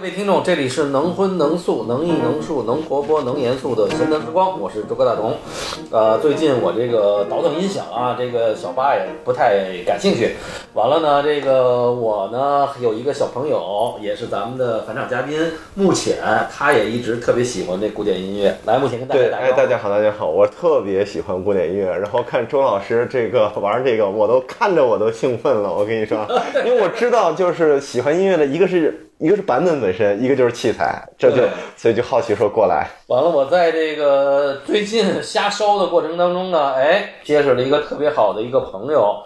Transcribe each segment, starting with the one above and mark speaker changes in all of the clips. Speaker 1: 位听众，这里是能荤能素能艺能术能活泼能严肃的闲谈时光，我是周哥大同。呃，最近我这个倒腾音响啊，这个小八也不太感兴趣。完了呢，这个我呢有一个小朋友，也是咱们的返场嘉宾穆浅，他也一直特别喜欢这古典音乐。来，穆浅跟大家
Speaker 2: 对，
Speaker 1: 打个
Speaker 2: 哎，
Speaker 1: 招
Speaker 2: 大
Speaker 1: 呼。
Speaker 2: 家好，大家好，我特别喜欢古典音乐，然后看周老师这个玩这个，我都看着我都兴奋了。我跟 你说，因为我知道，就是喜欢音乐的，一个是一个是版本本身，一个就是器材，这就
Speaker 1: 对
Speaker 2: 所以就好奇说过来，
Speaker 1: 完了，我在这个最近瞎烧的过程当中呢，哎，结识了一个特别好的一个朋友，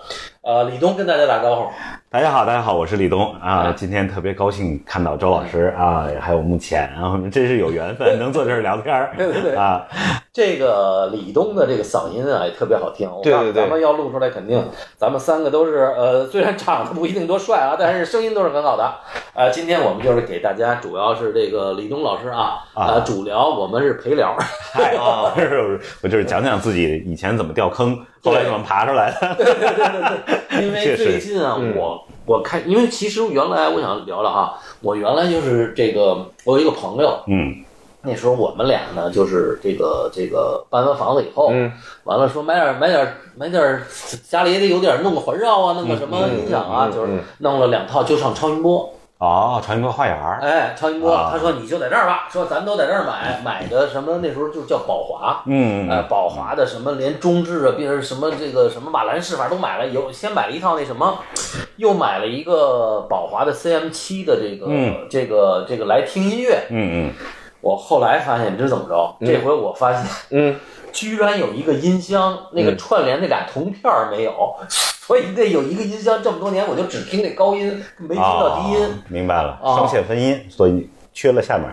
Speaker 1: 呃，李东跟大家打招呼。
Speaker 3: 大家好，大家好，我是李东啊
Speaker 1: 哎，
Speaker 3: 今天特别高兴看到周老师啊，还有目前啊，我们真是有缘分，能坐这儿聊天儿，
Speaker 1: 对对对
Speaker 3: 啊，
Speaker 1: 这个李东的这个嗓音啊也特别好听，我
Speaker 2: 对
Speaker 1: 看
Speaker 2: 对对
Speaker 1: 咱们要录出来，肯定咱们三个都是呃，虽然长得不一定多帅啊，但是声音都是很好的。呃，今天我们就是给大家主要是这个李东老师啊，
Speaker 3: 啊
Speaker 1: 呃，主聊我们是陪聊，
Speaker 3: 嗨，我就是我就是讲讲自己以前怎么掉坑，后来怎么爬出来的，
Speaker 1: 因为
Speaker 3: 确实
Speaker 1: 最近啊，
Speaker 2: 嗯
Speaker 1: 我我看，因为其实原来我想聊聊哈，我原来就是这个，我有一个朋友，
Speaker 3: 嗯，
Speaker 1: 那时候我们俩呢，就是这个这个搬完房子以后，
Speaker 2: 嗯，
Speaker 1: 完了说买点买点买点，家里也得有点弄个环绕啊，弄个什么音响啊，
Speaker 2: 嗯嗯嗯
Speaker 1: 就是
Speaker 2: 嗯
Speaker 1: 弄了两套，就上超音波，
Speaker 3: 哦，传一个花园儿，
Speaker 1: 哎，超音波，
Speaker 3: 啊
Speaker 1: 他说你就在这儿吧，说咱都在这儿买买的什么，那时候就叫宝华。
Speaker 3: 嗯，
Speaker 1: 呃，宝华的什么连中置啊，别人什么这个什么马兰试法都买了，有先买了一套那什么，又买了一个宝华的 CM 七的这个、
Speaker 3: 嗯
Speaker 1: 这个这个来听音乐，
Speaker 3: 嗯嗯，
Speaker 1: 我后来发现，你知道怎么着？这回我发现，
Speaker 2: 嗯，
Speaker 1: 居然有一个音箱，那
Speaker 3: 嗯
Speaker 1: 个串联那俩铜片儿没有， 所以这有一个音箱，这么多年我就只听那高音，没听到低音。
Speaker 3: 哦明白了，
Speaker 1: 哦
Speaker 3: 双线分音，所以缺了下面，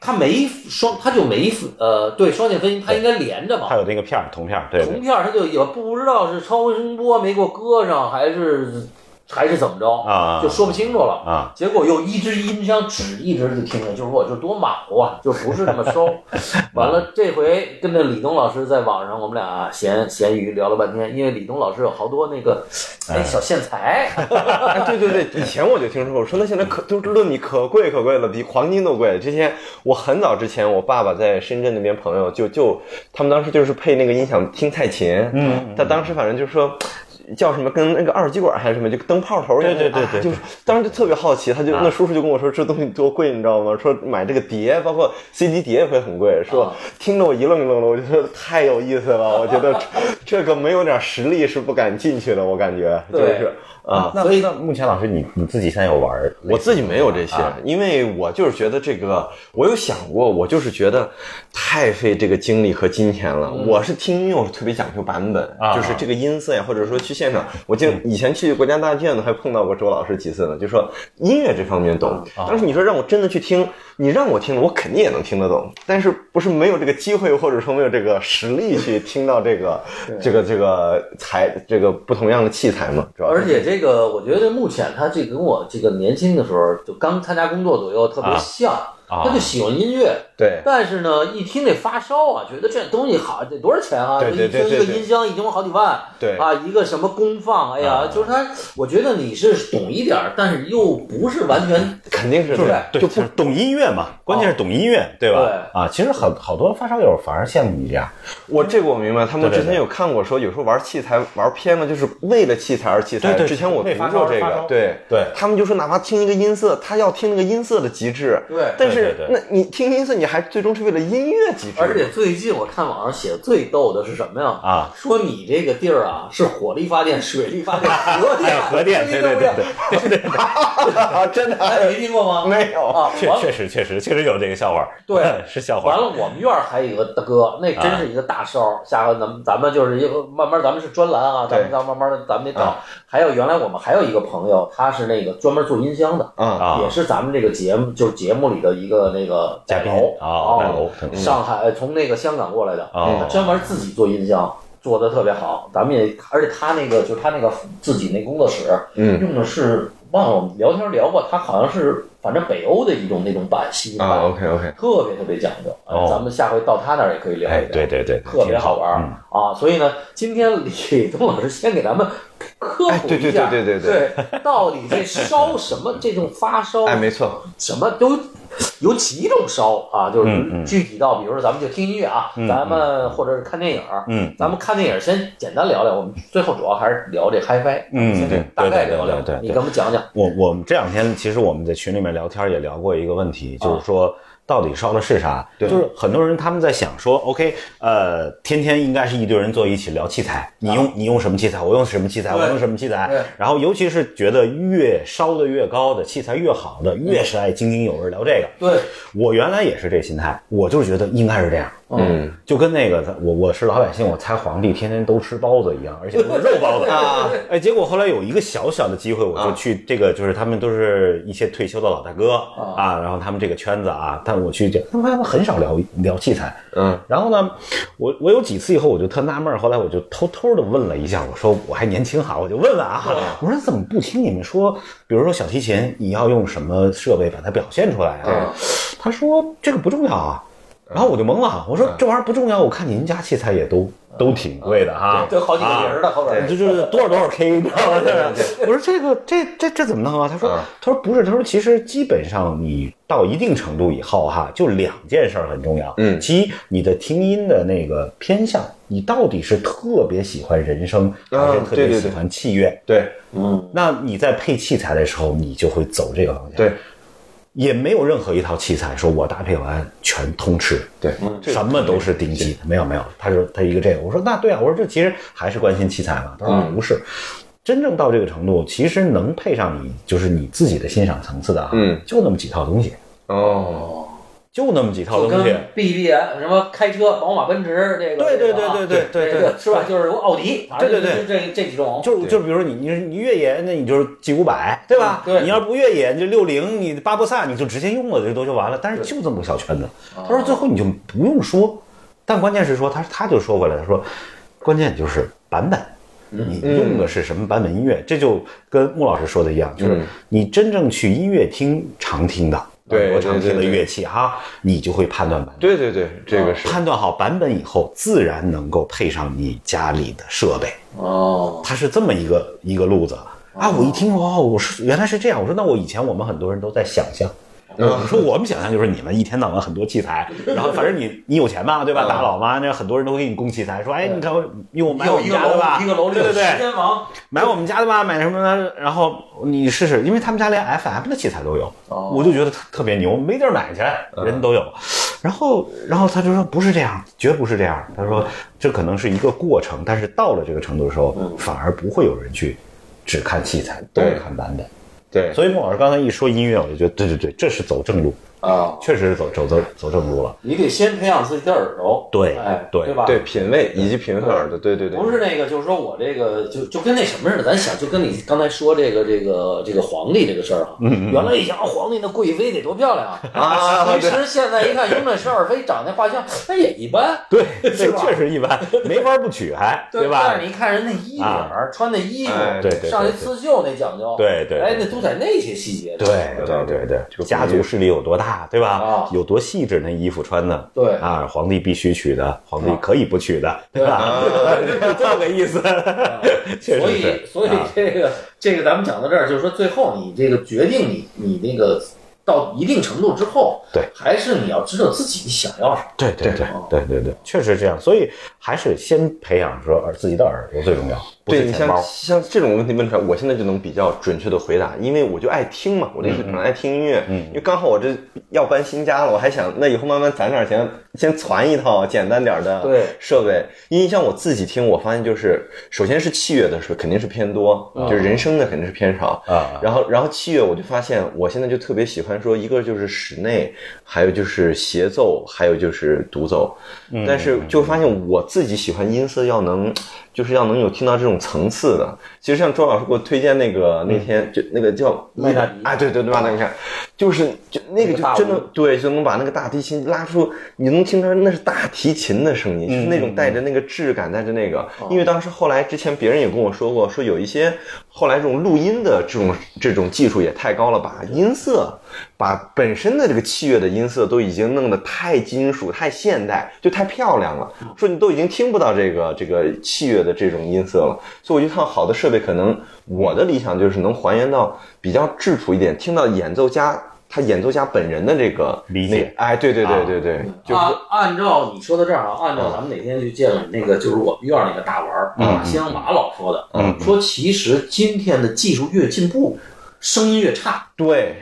Speaker 1: 它没双，它就没呃，对，双线分音，它应该连着嘛
Speaker 3: 它。有那个片儿，铜片儿，对
Speaker 1: 铜
Speaker 3: 对，
Speaker 1: 片儿它就也不知道是超声波没给我搁上，还是还是怎么着，
Speaker 3: 啊
Speaker 1: 就说不清楚了。
Speaker 3: 啊，
Speaker 1: 结果又一只音箱只一直就听着，就是我就多马虎啊，就不是那么收。完了这回跟着李东老师在网上，我们俩闲闲鱼聊了半天，因为李东老师有好多那个哎小线材，
Speaker 2: 哎，对对对，以前我就听说，我说那现在可就是论米可贵可贵了，比黄金都贵。之前我很早之前，我爸爸在深圳那边朋友就就他们当时就是配那个音响听蔡琴，
Speaker 3: 嗯，
Speaker 2: 他当时反正就说。叫什么？跟那个二极管还是什么？就灯泡头一样。
Speaker 3: 对对对
Speaker 2: 啊
Speaker 3: 对
Speaker 2: 就是当时就特别好奇，他就
Speaker 3: 啊
Speaker 2: 那叔叔就跟我说，这东西多贵，你知道吗？说买这个碟，包括 CD 碟也会很贵。说
Speaker 1: 啊
Speaker 2: 听着我一愣一愣的，我觉得太有意思了。我觉得这个没有点实力是不敢进去的，我感觉就
Speaker 1: 对
Speaker 2: 是啊。
Speaker 3: 那
Speaker 1: 所以
Speaker 3: 那目前老师你你自己现在有玩儿类似的吗？
Speaker 2: 我自己没有这些
Speaker 3: 啊，
Speaker 2: 因为我就是觉得这个，我有想过，我就是觉得太费这个精力和金钱了。我是听音乐，我特别讲究版本，
Speaker 3: 啊
Speaker 2: 就是这个音色呀，或者说去现场，我就以前去国家大剧院呢，还碰到过周老师几次呢，就说音乐这方面懂，但是你说让我真的去听，你让我听，我肯定也能听得懂，但是不是没有这个机会，或者说没有这个实力去听到这个这个这个材这个不同样的器材嘛，主要是
Speaker 1: 而且这个我觉得目前他这跟我这个年轻的时候就刚参加工作左右特别
Speaker 3: 啊
Speaker 1: 像，
Speaker 3: 啊
Speaker 1: 他就喜欢音乐，
Speaker 2: 对。
Speaker 1: 但是呢，一听这发烧啊，觉得这东西好得多少钱啊？
Speaker 2: 对对对
Speaker 1: 一听一
Speaker 2: 对
Speaker 1: 个
Speaker 2: 对
Speaker 1: 音箱已经好几万，
Speaker 2: 对
Speaker 1: 啊，一个什么功放，哎呀，
Speaker 3: 啊
Speaker 1: 就是他，我觉得你是懂一点儿，但是又不是完全
Speaker 2: 肯定是
Speaker 1: 就是哦
Speaker 2: 的
Speaker 3: 对，
Speaker 2: 就
Speaker 3: 就
Speaker 2: 不
Speaker 3: 是懂音乐嘛，关键是懂音乐，对吧？啊，其实很好多发烧友反而羡慕你这样，
Speaker 2: 我这个我明白，他们
Speaker 3: 对对
Speaker 2: 之前有看过说，有时候玩器材玩偏了，就是为了器材而器材。
Speaker 3: 对对
Speaker 2: 之前我读
Speaker 3: 为发烧
Speaker 2: 过
Speaker 3: 而
Speaker 2: 这
Speaker 3: 发
Speaker 2: 个
Speaker 3: 烧，
Speaker 2: 对
Speaker 3: 对
Speaker 2: 他们就说哪怕听一个音色，他要听那个音色的极致。
Speaker 1: 对
Speaker 2: 但是
Speaker 3: 对对
Speaker 2: 那
Speaker 3: 对
Speaker 2: 你听音色，你还最终是为了音乐极致。
Speaker 1: 而且最近我看网上写的最逗的是什么呀？
Speaker 3: 啊，
Speaker 1: 说你这个地儿啊是火力发电、水力发电、核电、
Speaker 3: 核电
Speaker 1: 声音
Speaker 3: 对对
Speaker 1: 都不一样
Speaker 3: 对
Speaker 2: 真的
Speaker 1: 哎，没听过吗？
Speaker 2: 没有
Speaker 1: 啊，
Speaker 3: 确
Speaker 1: 完了
Speaker 3: 确实确实确实有这个笑话，
Speaker 1: 对
Speaker 3: 是笑话。
Speaker 1: 完了，我们院儿还有一个大
Speaker 3: 啊
Speaker 1: 哥，那真是一个大烧儿。下回咱们咱们就是一个慢慢，咱们是专栏啊，咱
Speaker 2: 对
Speaker 1: 们咱慢慢的咱们得
Speaker 3: 啊
Speaker 1: 找。还有原来我们还有一个朋友，他是那个专门做音箱的，
Speaker 2: 啊，
Speaker 3: 啊
Speaker 1: 也是咱们这个节目就是节目里的一个那个
Speaker 3: 嘉宾
Speaker 1: 奶楼
Speaker 3: 啊，奶楼
Speaker 1: 哦嗯上海从那个香港过来的，
Speaker 3: 哦
Speaker 1: 他专门自己做音箱。做的特别好，咱们也，而且他那个就是他那个自己那工作室，
Speaker 2: 嗯
Speaker 1: 用的是忘了我们聊天聊过，他好像是反正北欧的一种那种版吸音板，
Speaker 2: 啊，OK OK，
Speaker 1: 特别特别讲究。哎
Speaker 3: 哦
Speaker 1: 咱们下回到他那儿也可以聊一
Speaker 3: 哎
Speaker 1: 聊，，
Speaker 3: 对对对，
Speaker 1: 特别好玩儿、
Speaker 3: 嗯
Speaker 1: 啊！所以呢，今天李东老师先给咱们 科
Speaker 2: 哎
Speaker 1: 普
Speaker 2: 对
Speaker 1: 一
Speaker 2: 对
Speaker 1: 下，
Speaker 2: 对对对
Speaker 1: 对到底这烧什么，这种发烧，
Speaker 3: 哎
Speaker 2: 哎，没错，
Speaker 1: 什么都有几种烧啊，就是
Speaker 3: 嗯嗯
Speaker 1: 具体到，比如说咱们就听音乐啊，
Speaker 3: 嗯
Speaker 1: 咱们或者是看电影儿，
Speaker 3: 嗯
Speaker 1: 咱们看电影儿先简单聊聊，我们最后主要还是聊这 HiFi，
Speaker 3: 嗯
Speaker 1: 先
Speaker 3: 对
Speaker 1: 大概
Speaker 3: 对对
Speaker 1: 聊聊
Speaker 3: 对对，对
Speaker 1: 你给我们讲讲，
Speaker 3: 我我们这两天其实我们在群里面聊天也聊过一个问题，
Speaker 1: 啊
Speaker 3: 就是说到底烧的是啥？
Speaker 2: 对
Speaker 3: 就是很多人他们在想说，OK，呃，天天应该是一堆人坐一起聊器材，你用你用什么器材，我用什么器材，
Speaker 1: 啊对
Speaker 3: 我用什么器材
Speaker 1: 对，
Speaker 3: 然后尤其是觉得越烧的越高的器材越好的，越是爱津津有味聊这个。
Speaker 1: 对，
Speaker 3: 我原来也是这心态，我就是觉得应该是这样。
Speaker 2: 嗯，
Speaker 3: 就跟那个我我是老百姓，我猜皇帝天天都吃包子一样，而且都是肉包子
Speaker 2: 啊。
Speaker 3: 哎，结果后来有一个小小的机会，我就
Speaker 2: 啊
Speaker 3: 去这个，就是他们都是一些退休的老大哥啊，然后他们这个圈子啊，但我去讲，他们很少聊聊器材。
Speaker 2: 嗯，
Speaker 3: 然后呢，我我有几次以后我就特纳闷儿，后来我就偷偷的问了一下，我说我还年轻哈，我就问问啊，我说怎么不听你们说，比如说小提琴，你要用什么设备把它表现出来啊？他说这个不重要啊，然后我就懵
Speaker 2: 嗯
Speaker 3: 了，我说这玩意儿不重要，我看您家器材也都都挺贵的哈，
Speaker 1: 都好几个名儿的后边儿
Speaker 3: 这就是多少多少 K，你知道吗？ 我说这个这这这怎么弄啊？他说、
Speaker 2: 嗯
Speaker 3: 他说不是，他说其实基本上你到一定程度以后哈，就两件事儿很重要，
Speaker 2: 嗯
Speaker 3: 其一你的听音的那个偏向，你到底是特别喜欢人声还是
Speaker 2: 啊
Speaker 3: 特
Speaker 2: 对
Speaker 3: 别
Speaker 2: 对
Speaker 3: 喜
Speaker 2: 对
Speaker 3: 欢器乐？
Speaker 2: 对
Speaker 1: 嗯，
Speaker 3: 那你在配器材的时候，你就会走这个方向，，
Speaker 2: 对
Speaker 3: 也没有任何一套器材说我搭配完全通吃，
Speaker 2: 对，嗯这
Speaker 3: 什么都是顶级的，没有没有，他说他一个这个，我说那对啊，我说这其实还是关心器材嘛，他说
Speaker 2: 嗯
Speaker 3: 不是，真正到这个程度，其实能配上你就是你自己的欣赏层次的啊，
Speaker 2: 嗯
Speaker 3: 就那么几套东西，
Speaker 2: 哦，
Speaker 3: 就那么几套
Speaker 1: 就
Speaker 3: 东
Speaker 1: 跟
Speaker 3: 西，
Speaker 1: B B 什么开车，宝马、奔驰这个，
Speaker 3: 对对
Speaker 1: 这个啊
Speaker 3: 对对对对
Speaker 1: 这个是吧？就是奥迪，反正
Speaker 3: 对对
Speaker 1: 就这这几种，
Speaker 3: 就就比如说你你是你越野，那你就是 G 五百，对吧？
Speaker 1: 嗯对
Speaker 3: 你要不越野，你就六零，你巴博萨你就直接用了，这都就完了。但是就这么个小圈子，
Speaker 1: 啊
Speaker 3: 他说最后你就不用说，但关键是说他他就说回来，他说关键就是版本。
Speaker 2: 嗯
Speaker 3: 你用的是什么版本音乐？这就跟穆老师说的一样，就是
Speaker 2: 嗯
Speaker 3: 你真正去音乐厅常听的，
Speaker 2: 对
Speaker 3: 美国常
Speaker 2: 对对
Speaker 3: 听的
Speaker 2: 对
Speaker 3: 乐器哈，你就会判断版本。
Speaker 2: 对对对，这个是
Speaker 3: 判断好版本以后，自然能够配上你家里的设备。
Speaker 1: 哦，
Speaker 3: 它是这么一个一个路子啊！我一听哦，我是原来是这样。我说那我以前我们很多人都在想象，
Speaker 1: 哦
Speaker 3: 我说我们想象就是你们一天到晚很多 器材，然后反正你你有钱嘛，对吧？
Speaker 2: 嗯
Speaker 3: 大佬嘛，那很多人都会给你供器材，说哎，你看我用我买我
Speaker 1: 有
Speaker 3: 们
Speaker 1: 一个
Speaker 3: 家的吧
Speaker 1: 楼，一个楼里
Speaker 3: 对
Speaker 1: 有
Speaker 3: 对
Speaker 1: 十
Speaker 3: 对，
Speaker 1: 间房，
Speaker 3: 买我们家的吧，买什么的，然后你试试，因为他们家连 FM 的器材都有，
Speaker 1: 哦嗯
Speaker 3: 我就觉得特特别牛，没地儿买去，人都有。然后，然后他就说不是这样，绝不是这样。他说这可能是一个过程，但是到了这个程度的时候，
Speaker 1: 嗯
Speaker 3: 反而不会有人去只看器材，都
Speaker 2: 对
Speaker 3: 是看版本。
Speaker 2: 对，
Speaker 3: 所以孟老师刚才一说音乐，我就觉得对对对，这是走正路，
Speaker 1: 啊，
Speaker 3: 确实是走走走走正路了。
Speaker 1: 你得先培养自己的耳朵，
Speaker 3: 对
Speaker 1: 哎，
Speaker 3: 对
Speaker 1: 对吧？
Speaker 2: 对品味以及品味耳朵，对对对，
Speaker 1: 不是那个，就是说我这个就就跟那什么似的，咱想就跟你刚才说这个这个这个皇帝这个事儿
Speaker 3: 嗯
Speaker 1: 啊，原来一想皇帝那贵妃得多漂亮啊，
Speaker 2: 啊
Speaker 1: 其
Speaker 2: 对
Speaker 1: 实现在一看，雍正十二妃长那画像，那也一般，
Speaker 3: 对，
Speaker 1: 是
Speaker 3: 这
Speaker 1: 吧
Speaker 3: 确实一般，没法不取，还
Speaker 1: 对
Speaker 3: 吧啊
Speaker 1: 但是？你看人那衣领儿、穿那衣服，
Speaker 2: 哎
Speaker 3: 对对对
Speaker 1: 上那刺绣那讲究，
Speaker 3: 对对对
Speaker 1: 哎，那都在那些细节里，
Speaker 3: 对对对
Speaker 2: 这个不
Speaker 3: 对，
Speaker 2: 一样
Speaker 3: 家族势力有多大，对吧？
Speaker 1: 啊
Speaker 3: 有多细致，那衣服穿的，
Speaker 1: 对
Speaker 3: 啊，皇帝必须娶的，皇帝可以不娶的，对
Speaker 1: 啊
Speaker 3: 吧？ 就这么个意思，啊 确
Speaker 1: 所
Speaker 3: 实
Speaker 1: 以
Speaker 3: 是。
Speaker 1: 所以
Speaker 3: 啊
Speaker 1: 这个、这个咱们讲到这儿，就是说最后你这个决定你你那个到一定程度之后，
Speaker 3: 对，
Speaker 1: 还是你要知道自己想要什么。
Speaker 3: 对对对对对对，确实这样。所以还是先培养说耳自己的耳朵最重要，不
Speaker 2: 对
Speaker 3: 是
Speaker 2: 你
Speaker 3: 钱
Speaker 2: 像
Speaker 3: 包。
Speaker 2: 像这种问题问出来，我现在就能比较准确的回答，因为我就爱听嘛，我就是
Speaker 3: 嗯
Speaker 2: 很爱听音乐，因为刚好我这要搬新家了，我还想那以后慢慢攒点钱，先攒一套简单点的
Speaker 1: 对
Speaker 2: 设备。因为像我自己听，我发现就是，首先是器乐的时候肯定是偏多，就是人声的肯定是偏少
Speaker 3: 啊
Speaker 2: 然后然后器乐我就发现，我现在就特别喜欢说，一个就是室内，还有就是协奏，还有就是独奏。
Speaker 1: 嗯
Speaker 2: 但是就发现我自己喜欢音色要能，就是要能有听到这种层次的。其实像周老师给我推荐那个那天就那个叫
Speaker 1: 嗯麦纳迪
Speaker 2: 啊，对对对，麦纳迪，就是就那个
Speaker 1: 那个大
Speaker 2: 就真的
Speaker 1: 鼓
Speaker 2: 对，就能把那个大提琴拉出，你能听出来那是大提琴的声音，是那种带着那个质感，带着那个。因为当时后来之前别人也跟我说过，说有一些后来这种录音的这种这种技术也太高了，把音色，把本身的这个器乐的音色都已经弄得太金属、太现代，就太漂亮了，说你都已经听不到这个这个器乐的这种音色了。所以我就看好的设备，可能我的理想就是能还原到比较质朴一点，听到演奏家他演奏家本人的这个
Speaker 3: 理解
Speaker 2: 那哎，对对
Speaker 3: 啊
Speaker 2: 对对对，就是
Speaker 1: 按按照你说到这儿啊，
Speaker 3: 嗯
Speaker 1: 按照咱们哪天去见那个就是我们院儿那个大玩儿马香马老说的，
Speaker 2: 嗯
Speaker 1: 说其实今天的技术越进步，声音越差，
Speaker 2: 对
Speaker 3: 啊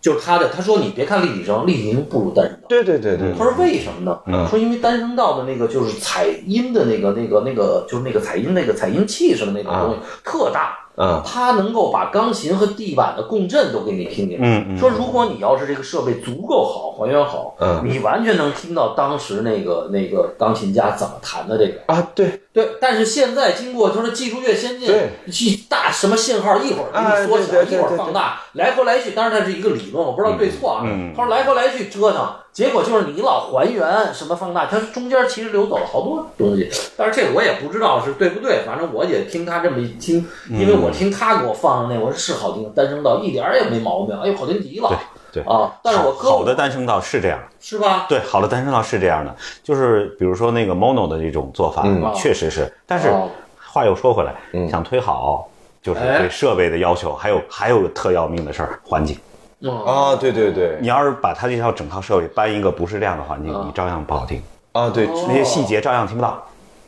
Speaker 1: 就是他的。他说你别看立体声，立体声不如单声道。
Speaker 2: 对对对对，
Speaker 1: 他说为什么呢？
Speaker 2: 嗯
Speaker 1: 说因为单声道的那个就是采音的那个那个那个就是那个采音那个采音器似的那种东西、特大，
Speaker 2: 嗯
Speaker 1: 它能够把钢琴和地板的共振都给你听见。
Speaker 3: 嗯嗯
Speaker 1: 说如果你要是这个设备足够好，还原好，
Speaker 2: 嗯
Speaker 1: 你完全能听到当时那个那个钢琴家怎么弹的这个。
Speaker 2: 啊，对
Speaker 1: 对，但是现在经过就是技术越先进，
Speaker 2: 对
Speaker 1: 一大什么信号一会儿给
Speaker 2: 哎
Speaker 1: 你缩
Speaker 2: 对
Speaker 1: 小，
Speaker 2: 对对
Speaker 1: 一会儿
Speaker 2: 对
Speaker 1: 放大，来回来去。当然它是一个理论，我不知道对错啊。
Speaker 2: 嗯
Speaker 1: 他说来回来去折腾，结果就是你老还原什么放大，它中间其实流走了好多东西。但是这个我也不知道是对不对，反正我也听他这么一听，
Speaker 2: 嗯
Speaker 1: 因为我听他给我放的那，我说是好听，单声道一点儿也没毛病，哎呦好听极了。
Speaker 3: 对对
Speaker 1: 啊，但是我哥
Speaker 3: 好的单声道是这样，
Speaker 1: 是吧？
Speaker 3: 对，好的单声道是这样的，就是比如说那个 mono 的这种做法，
Speaker 2: 嗯
Speaker 3: 确实是。但是
Speaker 1: 哦
Speaker 3: 话又说回来，
Speaker 2: 嗯
Speaker 3: 想推好，就是
Speaker 1: 哎
Speaker 3: 对设备的要求，还有还有个特要命的事儿，环境。
Speaker 1: 嗯
Speaker 2: 啊，对对对
Speaker 3: 你要是把它这套整套设备搬一个不是这样的环境，
Speaker 1: 嗯
Speaker 3: 你照样不好听，
Speaker 2: 啊，对
Speaker 1: 哦
Speaker 3: 那些细节照样听不到。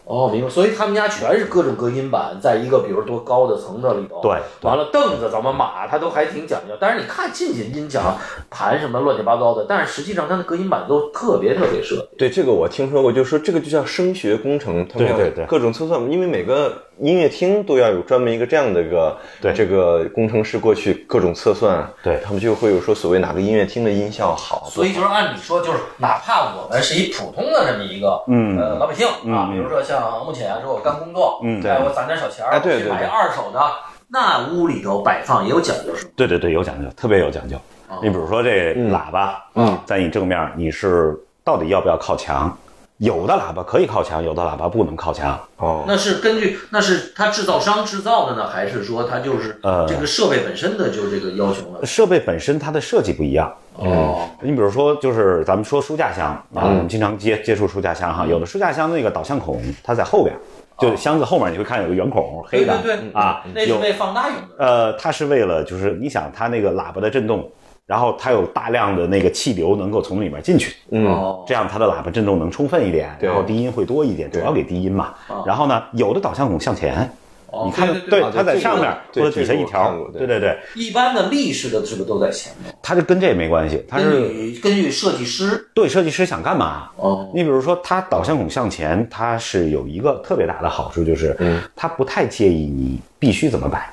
Speaker 1: 哦，明白。所以他们家全是各种隔音板，在一个比如多高的层子里头。
Speaker 3: 对对
Speaker 1: 完了凳子怎么码，它都还挺讲究。但是你看进去音响盘什么乱七八糟的，但是实际上它的隔音板都特别特别设计。
Speaker 2: 对，这个我听说过，就是说这个就叫声学工程，他
Speaker 3: 对
Speaker 2: 们要
Speaker 3: 对对
Speaker 2: 各种测算，因为每个音乐厅都要有专门一个这样的一个
Speaker 3: 对
Speaker 2: 这个工程师过去各种测算，
Speaker 3: 对
Speaker 2: 他们就会有说所谓哪个音乐厅的音效好，
Speaker 1: 所以就是按理说，就是哪怕我们是一普通的这么一个
Speaker 3: 嗯
Speaker 1: 呃老百姓啊，
Speaker 3: 嗯嗯
Speaker 1: 比如说像目前啊说我干工作，
Speaker 3: 嗯
Speaker 1: 哎，我攒点小钱儿，
Speaker 2: 哎对
Speaker 1: 我去
Speaker 2: 对
Speaker 1: 买
Speaker 2: 对
Speaker 1: 二手的，那屋里头摆放也有讲究是吗？
Speaker 3: 对对对，有讲究，特别有讲究。你比如说这喇叭，
Speaker 1: 哦嗯，
Speaker 3: 在你正面，你是到底要不要靠墙？有的喇叭可以靠墙，有的喇叭不能靠墙。
Speaker 2: 哦，
Speaker 1: 那是根据那是它制造商制造的呢，还是说它就是
Speaker 3: 呃
Speaker 1: 这个设备本身的就这个要求呢？
Speaker 3: 设备本身它的设计不一样，
Speaker 1: 哦，
Speaker 3: 你比如说，就是咱们说书架箱啊，
Speaker 1: 嗯
Speaker 3: 我们经常接接触书架箱哈，有的书架箱那个导向孔它在后边，就箱子后面你会看有个圆孔，黑的，
Speaker 1: 哦对对对
Speaker 3: 啊，
Speaker 1: 那是
Speaker 3: 有
Speaker 1: 为放大用的。
Speaker 3: 呃，它是为了就是你想它那个喇叭的震动，然后它有大量的那个气流能够从里面进去，
Speaker 2: 嗯，
Speaker 1: 哦，
Speaker 3: 这样它的喇叭震动能充分一点，
Speaker 2: 对
Speaker 3: 然后低音会多一点，主
Speaker 2: 对
Speaker 3: 要给低音嘛
Speaker 1: 啊。
Speaker 3: 然后呢，有的导向孔向前，
Speaker 1: 哦
Speaker 3: 你看
Speaker 1: 对，对
Speaker 2: 啊
Speaker 3: 它在
Speaker 2: 对这个
Speaker 3: 上面
Speaker 2: 对
Speaker 3: 或者底下
Speaker 2: 这个
Speaker 3: 一
Speaker 2: 我
Speaker 3: 条
Speaker 2: 看过，对
Speaker 3: 对对对，
Speaker 1: 一般的立式的是不是都在前面？
Speaker 3: 它就跟这没关系，它
Speaker 1: 根
Speaker 3: 是
Speaker 2: 嗯
Speaker 1: 据根据设计师
Speaker 3: 对设计师想干嘛，
Speaker 1: 哦，
Speaker 3: 你比如说，它导向孔向前，它是有一个特别大的好处，就是它不太介意你必须怎么摆。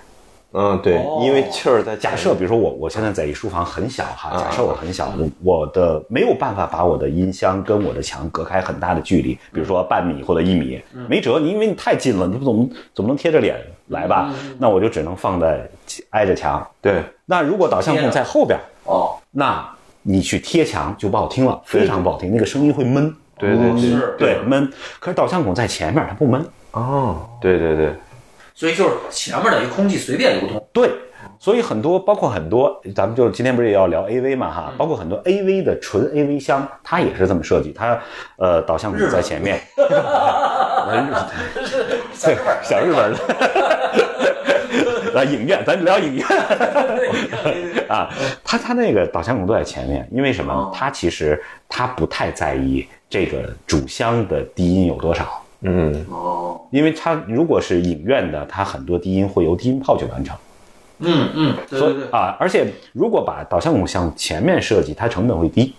Speaker 2: 嗯，对
Speaker 1: 哦，
Speaker 2: 因为气儿在
Speaker 3: 假设比如说我我现在在一书房很小哈，
Speaker 2: 啊
Speaker 3: 假设我很小，我我的没有办法把我的音箱跟我的墙隔开很大的距离，比如说半米或者一米，
Speaker 2: 嗯
Speaker 3: 没辙，你因为你太近了，你总总不能贴着脸来吧？
Speaker 2: 嗯
Speaker 3: 那我就只能放在挨着墙。
Speaker 2: 对，
Speaker 3: 那如果导向
Speaker 1: 贴
Speaker 3: 孔
Speaker 1: 着
Speaker 3: 在后边，
Speaker 1: 哦，
Speaker 3: 那你去贴墙就不好听了，非常不好听，那个声音会闷。嗯
Speaker 2: 对对对
Speaker 1: 是
Speaker 3: 对，闷。可是导向孔在前面，它不闷。
Speaker 2: 哦，对对对，
Speaker 1: 所以就是前面等于空气随便流通。
Speaker 3: 对，所以很多，包括很多，咱们就今天不是也要聊 AV 嘛哈，包括很多 AV 的纯 AV 箱，它也是这么设计，它呃导向孔在前面，
Speaker 1: 小日本
Speaker 3: 小日本的。来影院，咱聊影院
Speaker 1: 儿，
Speaker 3: 啊，它它那个导向孔都在前面，因为什么呢
Speaker 1: 哦？
Speaker 3: 它其实它不太在意这个主箱的低音有多少，
Speaker 2: 嗯，
Speaker 1: 哦，
Speaker 3: 因为它如果是影院的，它很多低音会由低音炮去完成。
Speaker 1: 嗯嗯，对
Speaker 3: 所
Speaker 1: 对
Speaker 3: 以
Speaker 1: 对，
Speaker 3: 啊，而且如果把导向孔向前面设计，它成本会低，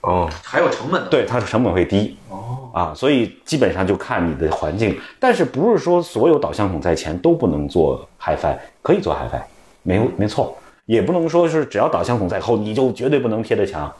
Speaker 2: 哦，
Speaker 1: 还有成本的。
Speaker 3: 对，它的成本会低
Speaker 1: 哦，
Speaker 3: 啊，所以基本上就看你的环境，但是不是说所有导向孔在前都不能做 HiFi，可以做 HiFi，没
Speaker 1: 嗯
Speaker 3: 有没错，也不能说是只要导向孔在后你就绝对不能贴着墙，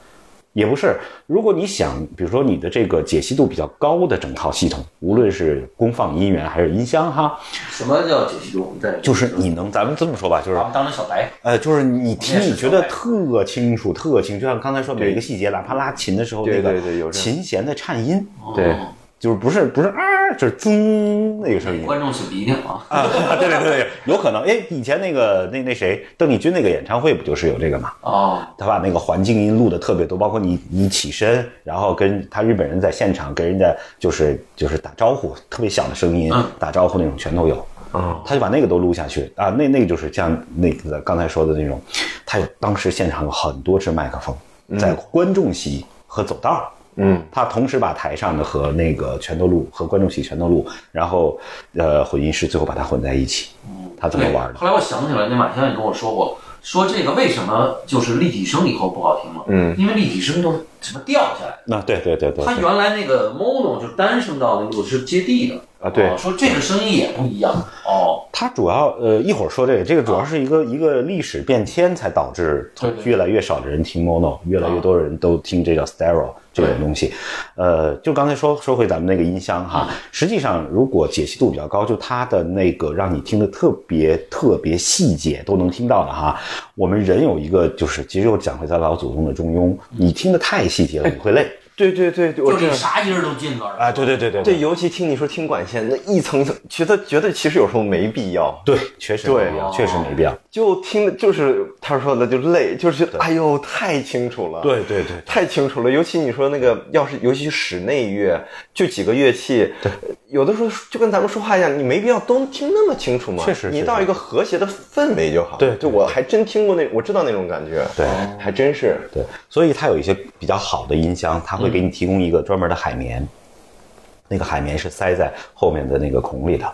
Speaker 3: 也不是，如果你想，比如说你的这个解析度比较高的整套系统，无论是功放音源还是音箱哈，
Speaker 1: 什么叫解析度？我们再
Speaker 3: 就是你能咱们这么说吧，就是
Speaker 1: 把我们当成小白。
Speaker 3: 呃，就是你听，
Speaker 1: 面试
Speaker 3: 你觉
Speaker 1: 小
Speaker 3: 得
Speaker 1: 白
Speaker 3: 特清楚，特清，就像刚才说每
Speaker 2: 对
Speaker 3: 一个细节，哪怕拉琴的时候
Speaker 2: 对
Speaker 3: 那
Speaker 2: 对对有
Speaker 3: 个
Speaker 2: 这
Speaker 3: 琴弦的颤音，
Speaker 2: 对，
Speaker 3: 就是不是不是啊，就是噌那个声音
Speaker 1: 观众擤鼻涕啊。
Speaker 3: 啊，对对对对，有可能。哎，以前那个那那谁，邓丽君那个演唱会不就是有这个吗？
Speaker 1: 哦，
Speaker 3: 他把那个环境音录的特别多，包括你你起身，然后跟他日本人在现场跟人家就是就是打招呼，特别小的声音
Speaker 1: 嗯
Speaker 3: 打招呼那种全都有。
Speaker 2: 哦
Speaker 3: 他就把那个都录下去啊，那那个就是像那个刚才说的那种，他有当时现场有很多支麦克风，在观众席和走道儿。
Speaker 2: 嗯，
Speaker 3: 他同时把台上的和那个全都录，和观众席全都录，然后，呃，混音师最后把它混在一起，他这么
Speaker 1: 对，
Speaker 3: 玩的。
Speaker 1: 后来我想起来，那马先生也跟我说过，说这个为什么就是立体声以后不好听了？
Speaker 2: 嗯，
Speaker 1: 因为立体声都是什么掉下来的。
Speaker 3: 那、对对对对，
Speaker 1: 它
Speaker 3: 对
Speaker 1: 原来那个 mono 就是单声道那个路是接地的
Speaker 2: 啊对
Speaker 1: 哦说这个声音也不一样哦，
Speaker 3: 它主要呃一会儿说这个，这个主要是一个、一个历史变迁才导致
Speaker 1: 对对对
Speaker 3: 越来越少的人听 mono，越来越多人都听这叫 stereo 这种东西。呃，就刚才说说回咱们那个音箱哈，实际上如果解析度比较高，就它的那个让你听的特别特别细节都能听到的哈。我们人有一个就是，其实又讲回咱老祖宗的中庸，你听的太细节了，你会累。
Speaker 2: 对对对，对我
Speaker 1: 就
Speaker 2: 知
Speaker 1: 是
Speaker 2: 道
Speaker 1: 你。啥音儿都进耳朵
Speaker 3: 哎啊，对对对对
Speaker 2: 对，尤其听你说听管弦，那一层一层，觉得觉得其实有时候没必要，
Speaker 3: 对，确实没必要，
Speaker 1: 对
Speaker 3: 确实没必要。
Speaker 2: 就听的就是他说的就累，就是觉得哎呦太清楚了。。
Speaker 3: 对对
Speaker 2: 太清楚了，尤其你说那个，要是尤其是室内乐，就几个乐器，有的时候就跟咱们说话一样，你没必要都听那么清楚嘛。
Speaker 3: 确实
Speaker 2: 你
Speaker 3: 确
Speaker 2: 到
Speaker 3: 实
Speaker 2: 一个和谐的氛围就好。
Speaker 3: 对
Speaker 2: 就我还真听过那，我知道那种感觉。
Speaker 3: 对，
Speaker 2: 还真是。
Speaker 3: 对，所以它有一些比较好的音箱，它会给你提供一个专门的海绵，那个海绵是塞在后面的那个孔里的，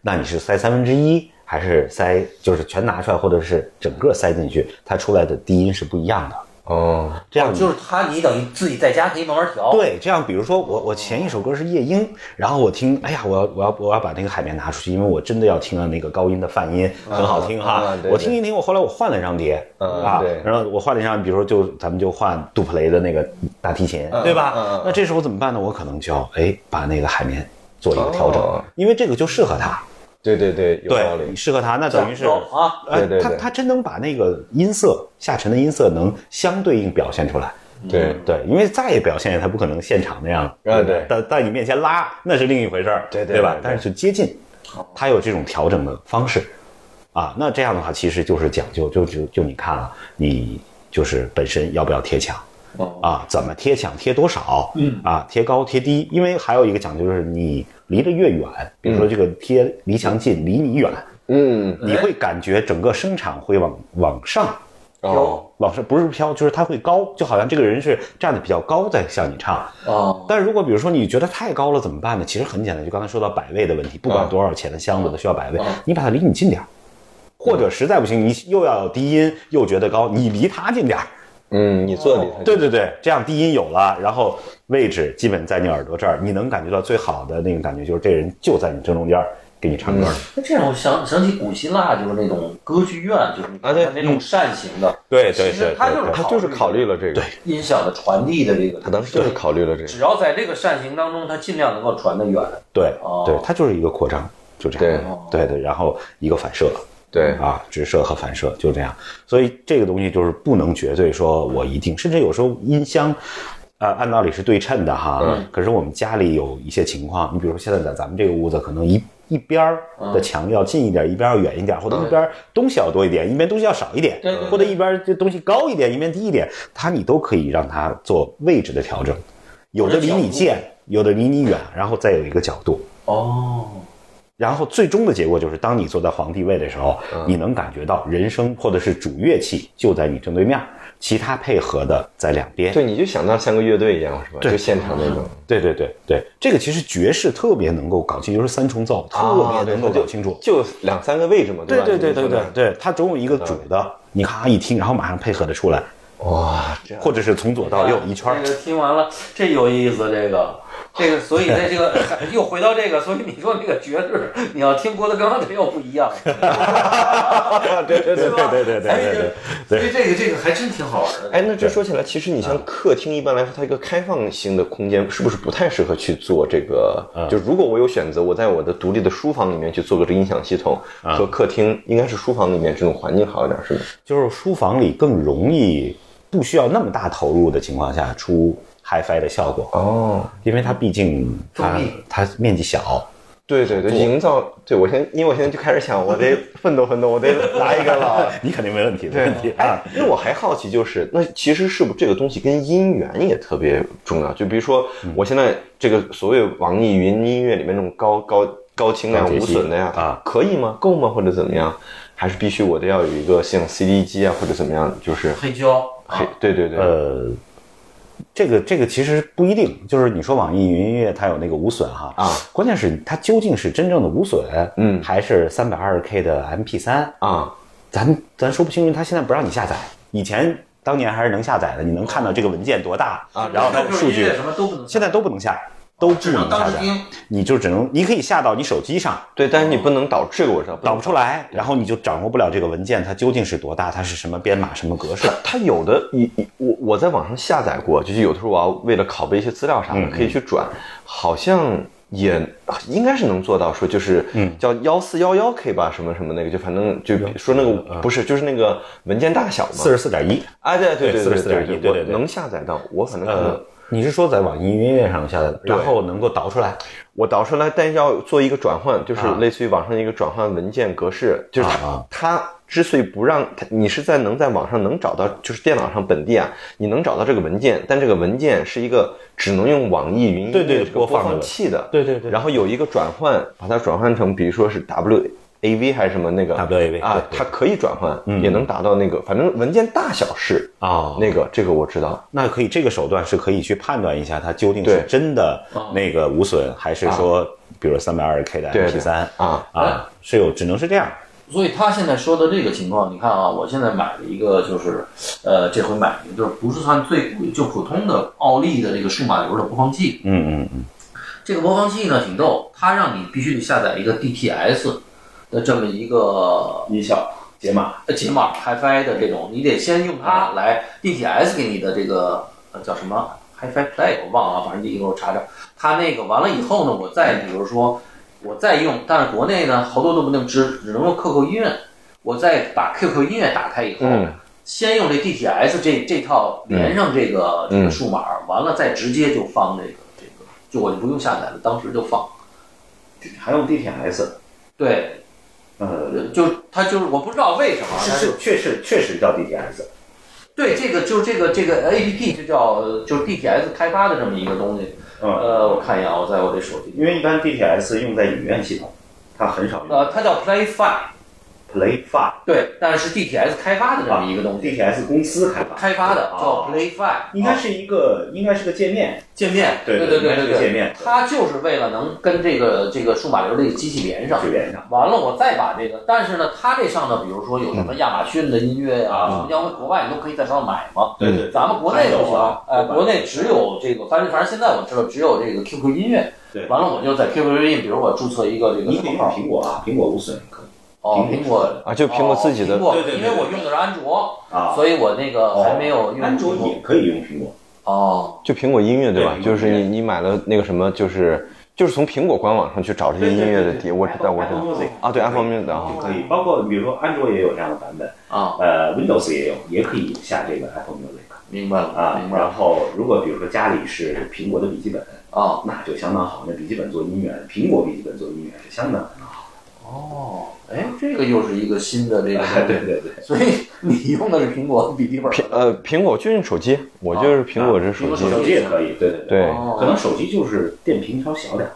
Speaker 3: 那你是塞三分之一，还是塞就是全拿出来，或者是整个塞进去，它出来的低音是不一样的。
Speaker 2: 哦，
Speaker 3: 这样
Speaker 1: 哦就是它，你等于自己在家可以慢慢调。，
Speaker 3: 对，这样比如说我我前一首歌是夜莺，然后我听，哎呀，我要我要我要把那个海绵拿出去，因为我真的要听到那个高音的泛音，很好听哈。
Speaker 2: 啊对
Speaker 3: 我
Speaker 2: 对
Speaker 3: 听一听，我后来我换了一张碟、
Speaker 2: 嗯
Speaker 3: 啊
Speaker 2: 对，
Speaker 3: 然后我换了一张，比如说就咱们就换杜普雷的那个大提琴，对吧、
Speaker 2: 嗯嗯
Speaker 3: 那这时候怎么办呢？我可能就要哎把那个海绵做一个调整，
Speaker 2: 哦
Speaker 3: 因为这个就适合它。
Speaker 2: 对对对，有道
Speaker 3: 对，
Speaker 2: 理。
Speaker 3: 适合它，那等于是
Speaker 1: 讲究啊，
Speaker 3: 哎
Speaker 2: 对对
Speaker 3: 它
Speaker 2: 对
Speaker 3: 它真能把那个音色下沉的音色能相对应表现出来。
Speaker 2: 对，
Speaker 3: 对，因为再也表现他不可能现场那样，
Speaker 2: 嗯啊对
Speaker 3: 但在你面前拉那是另一回事儿，
Speaker 2: 对对
Speaker 3: 对吧
Speaker 2: 对对？
Speaker 3: 但是就接近，他有这种调整的方式，啊，那这样的话其实就是讲究，就就就你看啊，你就是本身要不要贴墙
Speaker 1: 哦，
Speaker 3: 啊，怎么贴墙，贴多少，嗯啊，贴高贴低，因为还有一个讲究就是你离得越远，比如说这个贴离墙近，离你远，
Speaker 2: 嗯，
Speaker 3: 你会感觉整个声场会往往上。
Speaker 2: 哦，
Speaker 3: 往上不是飘，就是它会高，就好像这个人是站得比较高在向你唱。
Speaker 1: 哦，
Speaker 3: 但如果比如说你觉得太高了怎么办呢？其实很简单，就刚才说到摆位的问题，不管
Speaker 2: 嗯
Speaker 3: 多少钱的箱子都需要摆位
Speaker 1: 嗯，
Speaker 3: 你把它离你近点儿，或者实在不行你又要有低音又觉得高，你离它近点儿。
Speaker 2: 嗯，你坐里头。
Speaker 3: 哦对对对，这样低音有了，然后位置基本在你耳朵这儿，你能感觉到最好的那个感觉就是这人就在你正中间儿给你唱歌呢。
Speaker 1: 那这让我想想起古希腊就是那种歌剧院，就是你
Speaker 2: 啊对
Speaker 1: 那种扇形的，
Speaker 3: 对
Speaker 1: 其实它就是
Speaker 2: 他就是考虑了这个，
Speaker 3: 对
Speaker 1: 音响的传递的这个，
Speaker 2: 他当时就是考虑了这个。
Speaker 1: 只要在这个扇形当中，它尽量能够传得远。
Speaker 3: 对
Speaker 1: 哦
Speaker 3: 对，它就是一个扩张，就这样。
Speaker 1: 对
Speaker 3: 对对，然后一个反射。
Speaker 2: 对，
Speaker 3: 啊，直射和反射就这样。所以这个东西就是不能绝对说我一定，甚至有时候音箱。呃，按道理是对称的哈，
Speaker 2: 嗯
Speaker 3: 可是我们家里有一些情况，你比如说现在在咱们这个屋子，可能一一边儿
Speaker 1: 嗯
Speaker 3: 的墙要近一点，一边儿要远一点，或者一边儿东西要多一点，一边东西要少一点，
Speaker 1: 对对对
Speaker 3: 或者一边儿这东西高一点，一边低一点，它你都可以让它做位置的调整，有的离你近，有的离你远，然后再有一个角度，
Speaker 1: 哦，
Speaker 3: 然后最终的结果就是，当你坐在皇帝位的时候，你能感觉到人声或者是主乐器就在你正对面，其他配合的在两边。
Speaker 2: 对，你就想到像个乐队一样是吧？
Speaker 3: 对嗯
Speaker 2: 就现场那种。
Speaker 3: 对对对对，这个其实爵士特别能够搞清，就是三重奏
Speaker 2: 啊
Speaker 3: 特别能够
Speaker 2: 对
Speaker 3: 搞清楚。
Speaker 2: 就两三个位置嘛，
Speaker 3: 对
Speaker 2: 吧？
Speaker 3: 对对
Speaker 2: 你
Speaker 3: 对
Speaker 2: 说
Speaker 3: 对
Speaker 2: 的，
Speaker 3: 对，它总有一个主的，你咔一听，然后马上配合的出来，
Speaker 2: 哇，这
Speaker 3: 或者是从左到右啊一圈儿。
Speaker 1: 哎这个听完了，这有意思，这个。这个，所以在这个又回到这个，所以你说那个爵士，你要听郭德纲，这又不一样，
Speaker 2: 对对
Speaker 1: 对吧？
Speaker 3: 对对对对对
Speaker 1: 所哎
Speaker 3: 对
Speaker 1: 以这所以这个这个还真挺好玩的。
Speaker 2: 哎，那这说起来，其实你像
Speaker 3: 嗯
Speaker 2: 客厅，一般来说，它一个开放性的空间，是不是不太适合去做这个？
Speaker 3: 嗯
Speaker 2: 就如果我有选择，我在我的独立的书房里面去做个这音响系统，
Speaker 3: 嗯
Speaker 2: 和客厅应该是书房里面这种环境好一点，是吗？
Speaker 3: 就是书房里更容易不需要那么大投入的情况下出 HiFi 的效果，
Speaker 2: 哦，
Speaker 3: 因为它毕竟它
Speaker 1: 重力
Speaker 3: 它面积小，
Speaker 2: 对对对，营造，对我现在，因为我现在就开始想，我得奋斗奋斗，我得拿一个了。
Speaker 3: 你肯定没问题的
Speaker 2: 对
Speaker 3: 问题，
Speaker 2: 哎
Speaker 3: 啊。，
Speaker 2: 那我还好奇就是，那其实是不是这个东西跟音源也
Speaker 4: 嗯
Speaker 2: 特别重要？就比如说，我现在这个所谓网易云音乐里面那种高高高清的呀、
Speaker 4: 高解
Speaker 2: 无
Speaker 4: 析
Speaker 2: 损的呀，
Speaker 4: 啊，
Speaker 2: 可以吗？够吗？或者怎么样？还是必须我得要有一个像 CD 机啊，或者怎么样，就是
Speaker 1: 黑胶啊
Speaker 2: 嘿，对对对，
Speaker 4: 呃，这个这个其实不一定，就是你说网易云音乐它有那个无损哈
Speaker 2: 啊，
Speaker 4: 关键是它究竟是真正的无损，
Speaker 2: 嗯
Speaker 4: 还是三百二十 K 的 MP 三，
Speaker 2: 啊，
Speaker 4: 咱咱说不清，因为它现在不让你下载，以前当年还是能下载的，你能看到这个文件多大
Speaker 2: 啊
Speaker 4: 然后它有数
Speaker 1: 就是音
Speaker 4: 据
Speaker 1: 乐，什么都不能下，
Speaker 4: 现在都不能下，都不
Speaker 1: 只能
Speaker 4: 能下
Speaker 1: 当时
Speaker 4: 载，
Speaker 1: 听。
Speaker 4: 你就只能你可以下到你手机上，
Speaker 2: 对，但是你不能导，这个我知道，
Speaker 4: 导不
Speaker 2: 来。
Speaker 4: 出来，然后你就掌握不了这个文件它究竟是多大，它是什么编码、什么格式
Speaker 2: 它。它有的一一我我在网上下载过，就是有的时候我要为了拷贝一些资料啥
Speaker 4: 嗯
Speaker 2: 的，可以去转，好像也应该是能做到说就是
Speaker 4: 嗯
Speaker 2: 叫幺四幺幺 K 吧，什么什么那个，就反正就说那个不是就是那个文件大小嘛，
Speaker 4: 四十四点一，
Speaker 2: 啊对对
Speaker 4: 对
Speaker 2: 对
Speaker 4: 44.1
Speaker 2: 对
Speaker 4: 对对
Speaker 2: 我
Speaker 4: 对
Speaker 2: 能下载到，我反正可
Speaker 4: 呃
Speaker 2: 能，
Speaker 4: 你是说在网易云音乐上下载的，
Speaker 2: 对
Speaker 4: 然后能够导出来？
Speaker 2: 我导出来，但是要做一个转换，就是
Speaker 4: 啊
Speaker 2: 类似于网上一个转换文件格式，就是它、
Speaker 4: 啊啊
Speaker 2: 它之所以不让它，你是在能在网上能找到，就是电脑上本地啊，你能找到这个文件，但这个文件是一个只能用网易云音乐
Speaker 4: 对对
Speaker 2: 这个播
Speaker 4: 播放的
Speaker 2: 放器的，
Speaker 4: 对对对
Speaker 2: 然后有一个转换，把它转换成比如说是 W。A V 还是什么那个
Speaker 4: WAV
Speaker 2: 啊
Speaker 4: 对，对嗯
Speaker 2: 它可以转换，也能达到那个，反正文件大小是
Speaker 4: 哦
Speaker 2: 那个这个我知道，
Speaker 4: 那可以，这个手段是可以去判断一下它究竟是
Speaker 2: 对
Speaker 4: 真的那个无损，还是说，比如三百二十 K 的
Speaker 2: 对
Speaker 4: MP 三
Speaker 2: 啊
Speaker 4: 啊，是有只能是这样。
Speaker 1: 所以他现在说的这个情况，你看啊，我现在买了一个，就是，呃，这回买了一个，就是不是算最贵，就普通的奥利的这个数码流的播放器。
Speaker 4: 嗯嗯
Speaker 1: 这个播放器呢挺逗，它让你必须得下载一个 DTS 的这么一个音效解码，呃解码 HiFi 的这种，你得先用它
Speaker 3: 嗯
Speaker 1: 来 DTS 给你的这个呃叫什么 HiFi Play 我忘了啊，反正一会儿我查查。它那个完了以后呢，我再比如说我再用，但是国内呢好多都不能只只能用 QQ 音乐，我再把 QQ 音乐打开以后。
Speaker 2: 嗯
Speaker 1: 先用这 DTS 这这套
Speaker 3: 嗯
Speaker 1: 连上这个、这个数码，完了再直接就放这个这个，就我就不用下载了，当时就放。
Speaker 3: 还用 DTS，
Speaker 1: 对，
Speaker 3: 呃，
Speaker 1: 呃就他就是我不知道为什么，
Speaker 3: 是
Speaker 1: 但是
Speaker 3: 是确实确实叫 DTS，
Speaker 1: 对这个就这个这个 APP 就叫就是 DTS 开发的这么一个东西。
Speaker 3: 嗯，
Speaker 1: 呃，我看一眼啊，我在我这手机，
Speaker 3: 因为一般 DTS 用在影院系统，它很少用
Speaker 1: 呃，它叫 PlayFi，
Speaker 3: PlayFi
Speaker 1: 对，但是 DTS 开发的这么一个东西，
Speaker 3: DTS 公司开发，
Speaker 1: 开发的哦叫
Speaker 3: 啊
Speaker 1: PlayFi，
Speaker 3: 应该是一个应该是个界面，
Speaker 1: 界面，
Speaker 3: 对
Speaker 1: 对对
Speaker 3: 对应该是
Speaker 1: 对
Speaker 3: 界面
Speaker 1: 它就是为了能跟这个这个数码流这个机器连上
Speaker 3: 就。连上。
Speaker 1: 完了，我再把这个，但是呢，它这上头，比如说有什么亚马逊的音乐呀、啊什么洋国外你都可以在上面买嘛。
Speaker 3: 对对
Speaker 1: 咱们国内不
Speaker 3: 嗯还有
Speaker 1: 行
Speaker 3: 啊，
Speaker 1: 哎，国内只有这个，反正反正现在我知道只有这个 QQ 音乐。
Speaker 3: 对
Speaker 1: 完了我就在 QQ 音乐，比如我注册一个这个
Speaker 3: 你可
Speaker 1: 什
Speaker 3: 以用
Speaker 1: 么号，
Speaker 3: 苹果啊，苹果无损可以
Speaker 1: 哦，
Speaker 3: 苹
Speaker 1: 苹
Speaker 3: 果
Speaker 1: 果
Speaker 3: 的
Speaker 2: 啊，就苹果自己的
Speaker 1: 哦苹果
Speaker 3: 对对对
Speaker 1: 因为我用的是安卓，
Speaker 3: 啊，
Speaker 1: 所以我那个还没有用
Speaker 3: 哦安卓
Speaker 1: 苹果
Speaker 3: 也可以用苹果，
Speaker 1: 哦，
Speaker 2: 就苹果音乐对吧？
Speaker 3: 对
Speaker 2: 就是
Speaker 3: 苹果
Speaker 2: 你你买了那个什么，就是就是从苹果官网上去找这些音乐的碟，我知道我知道
Speaker 1: 哦
Speaker 3: Apple Music
Speaker 2: 啊，对 Apple Music 啊
Speaker 3: 也可以，包括比如说安卓也有这样的版本，
Speaker 1: 啊，
Speaker 3: 呃，Windows 也有，也可以下这个 Apple Music
Speaker 1: 明白了，
Speaker 3: 啊
Speaker 1: 明。白了
Speaker 3: 然后如果比如说家里是苹果的笔记本，
Speaker 1: 啊，
Speaker 3: 那就相当好，那笔记本做音乐，苹果笔记本做音乐是相 当好。
Speaker 1: 哦，哎，这个又是一个新的这个
Speaker 3: 哎，
Speaker 1: 东
Speaker 3: 对
Speaker 1: 西，
Speaker 3: 对对，
Speaker 1: 所以你用的是苹果笔记本
Speaker 2: 苹呃苹果就用手机，我就是苹果这手机
Speaker 1: 啊苹果，
Speaker 3: 手机也可以，对对
Speaker 2: 对
Speaker 1: 哦
Speaker 3: 可能手机就是电屏稍小点儿，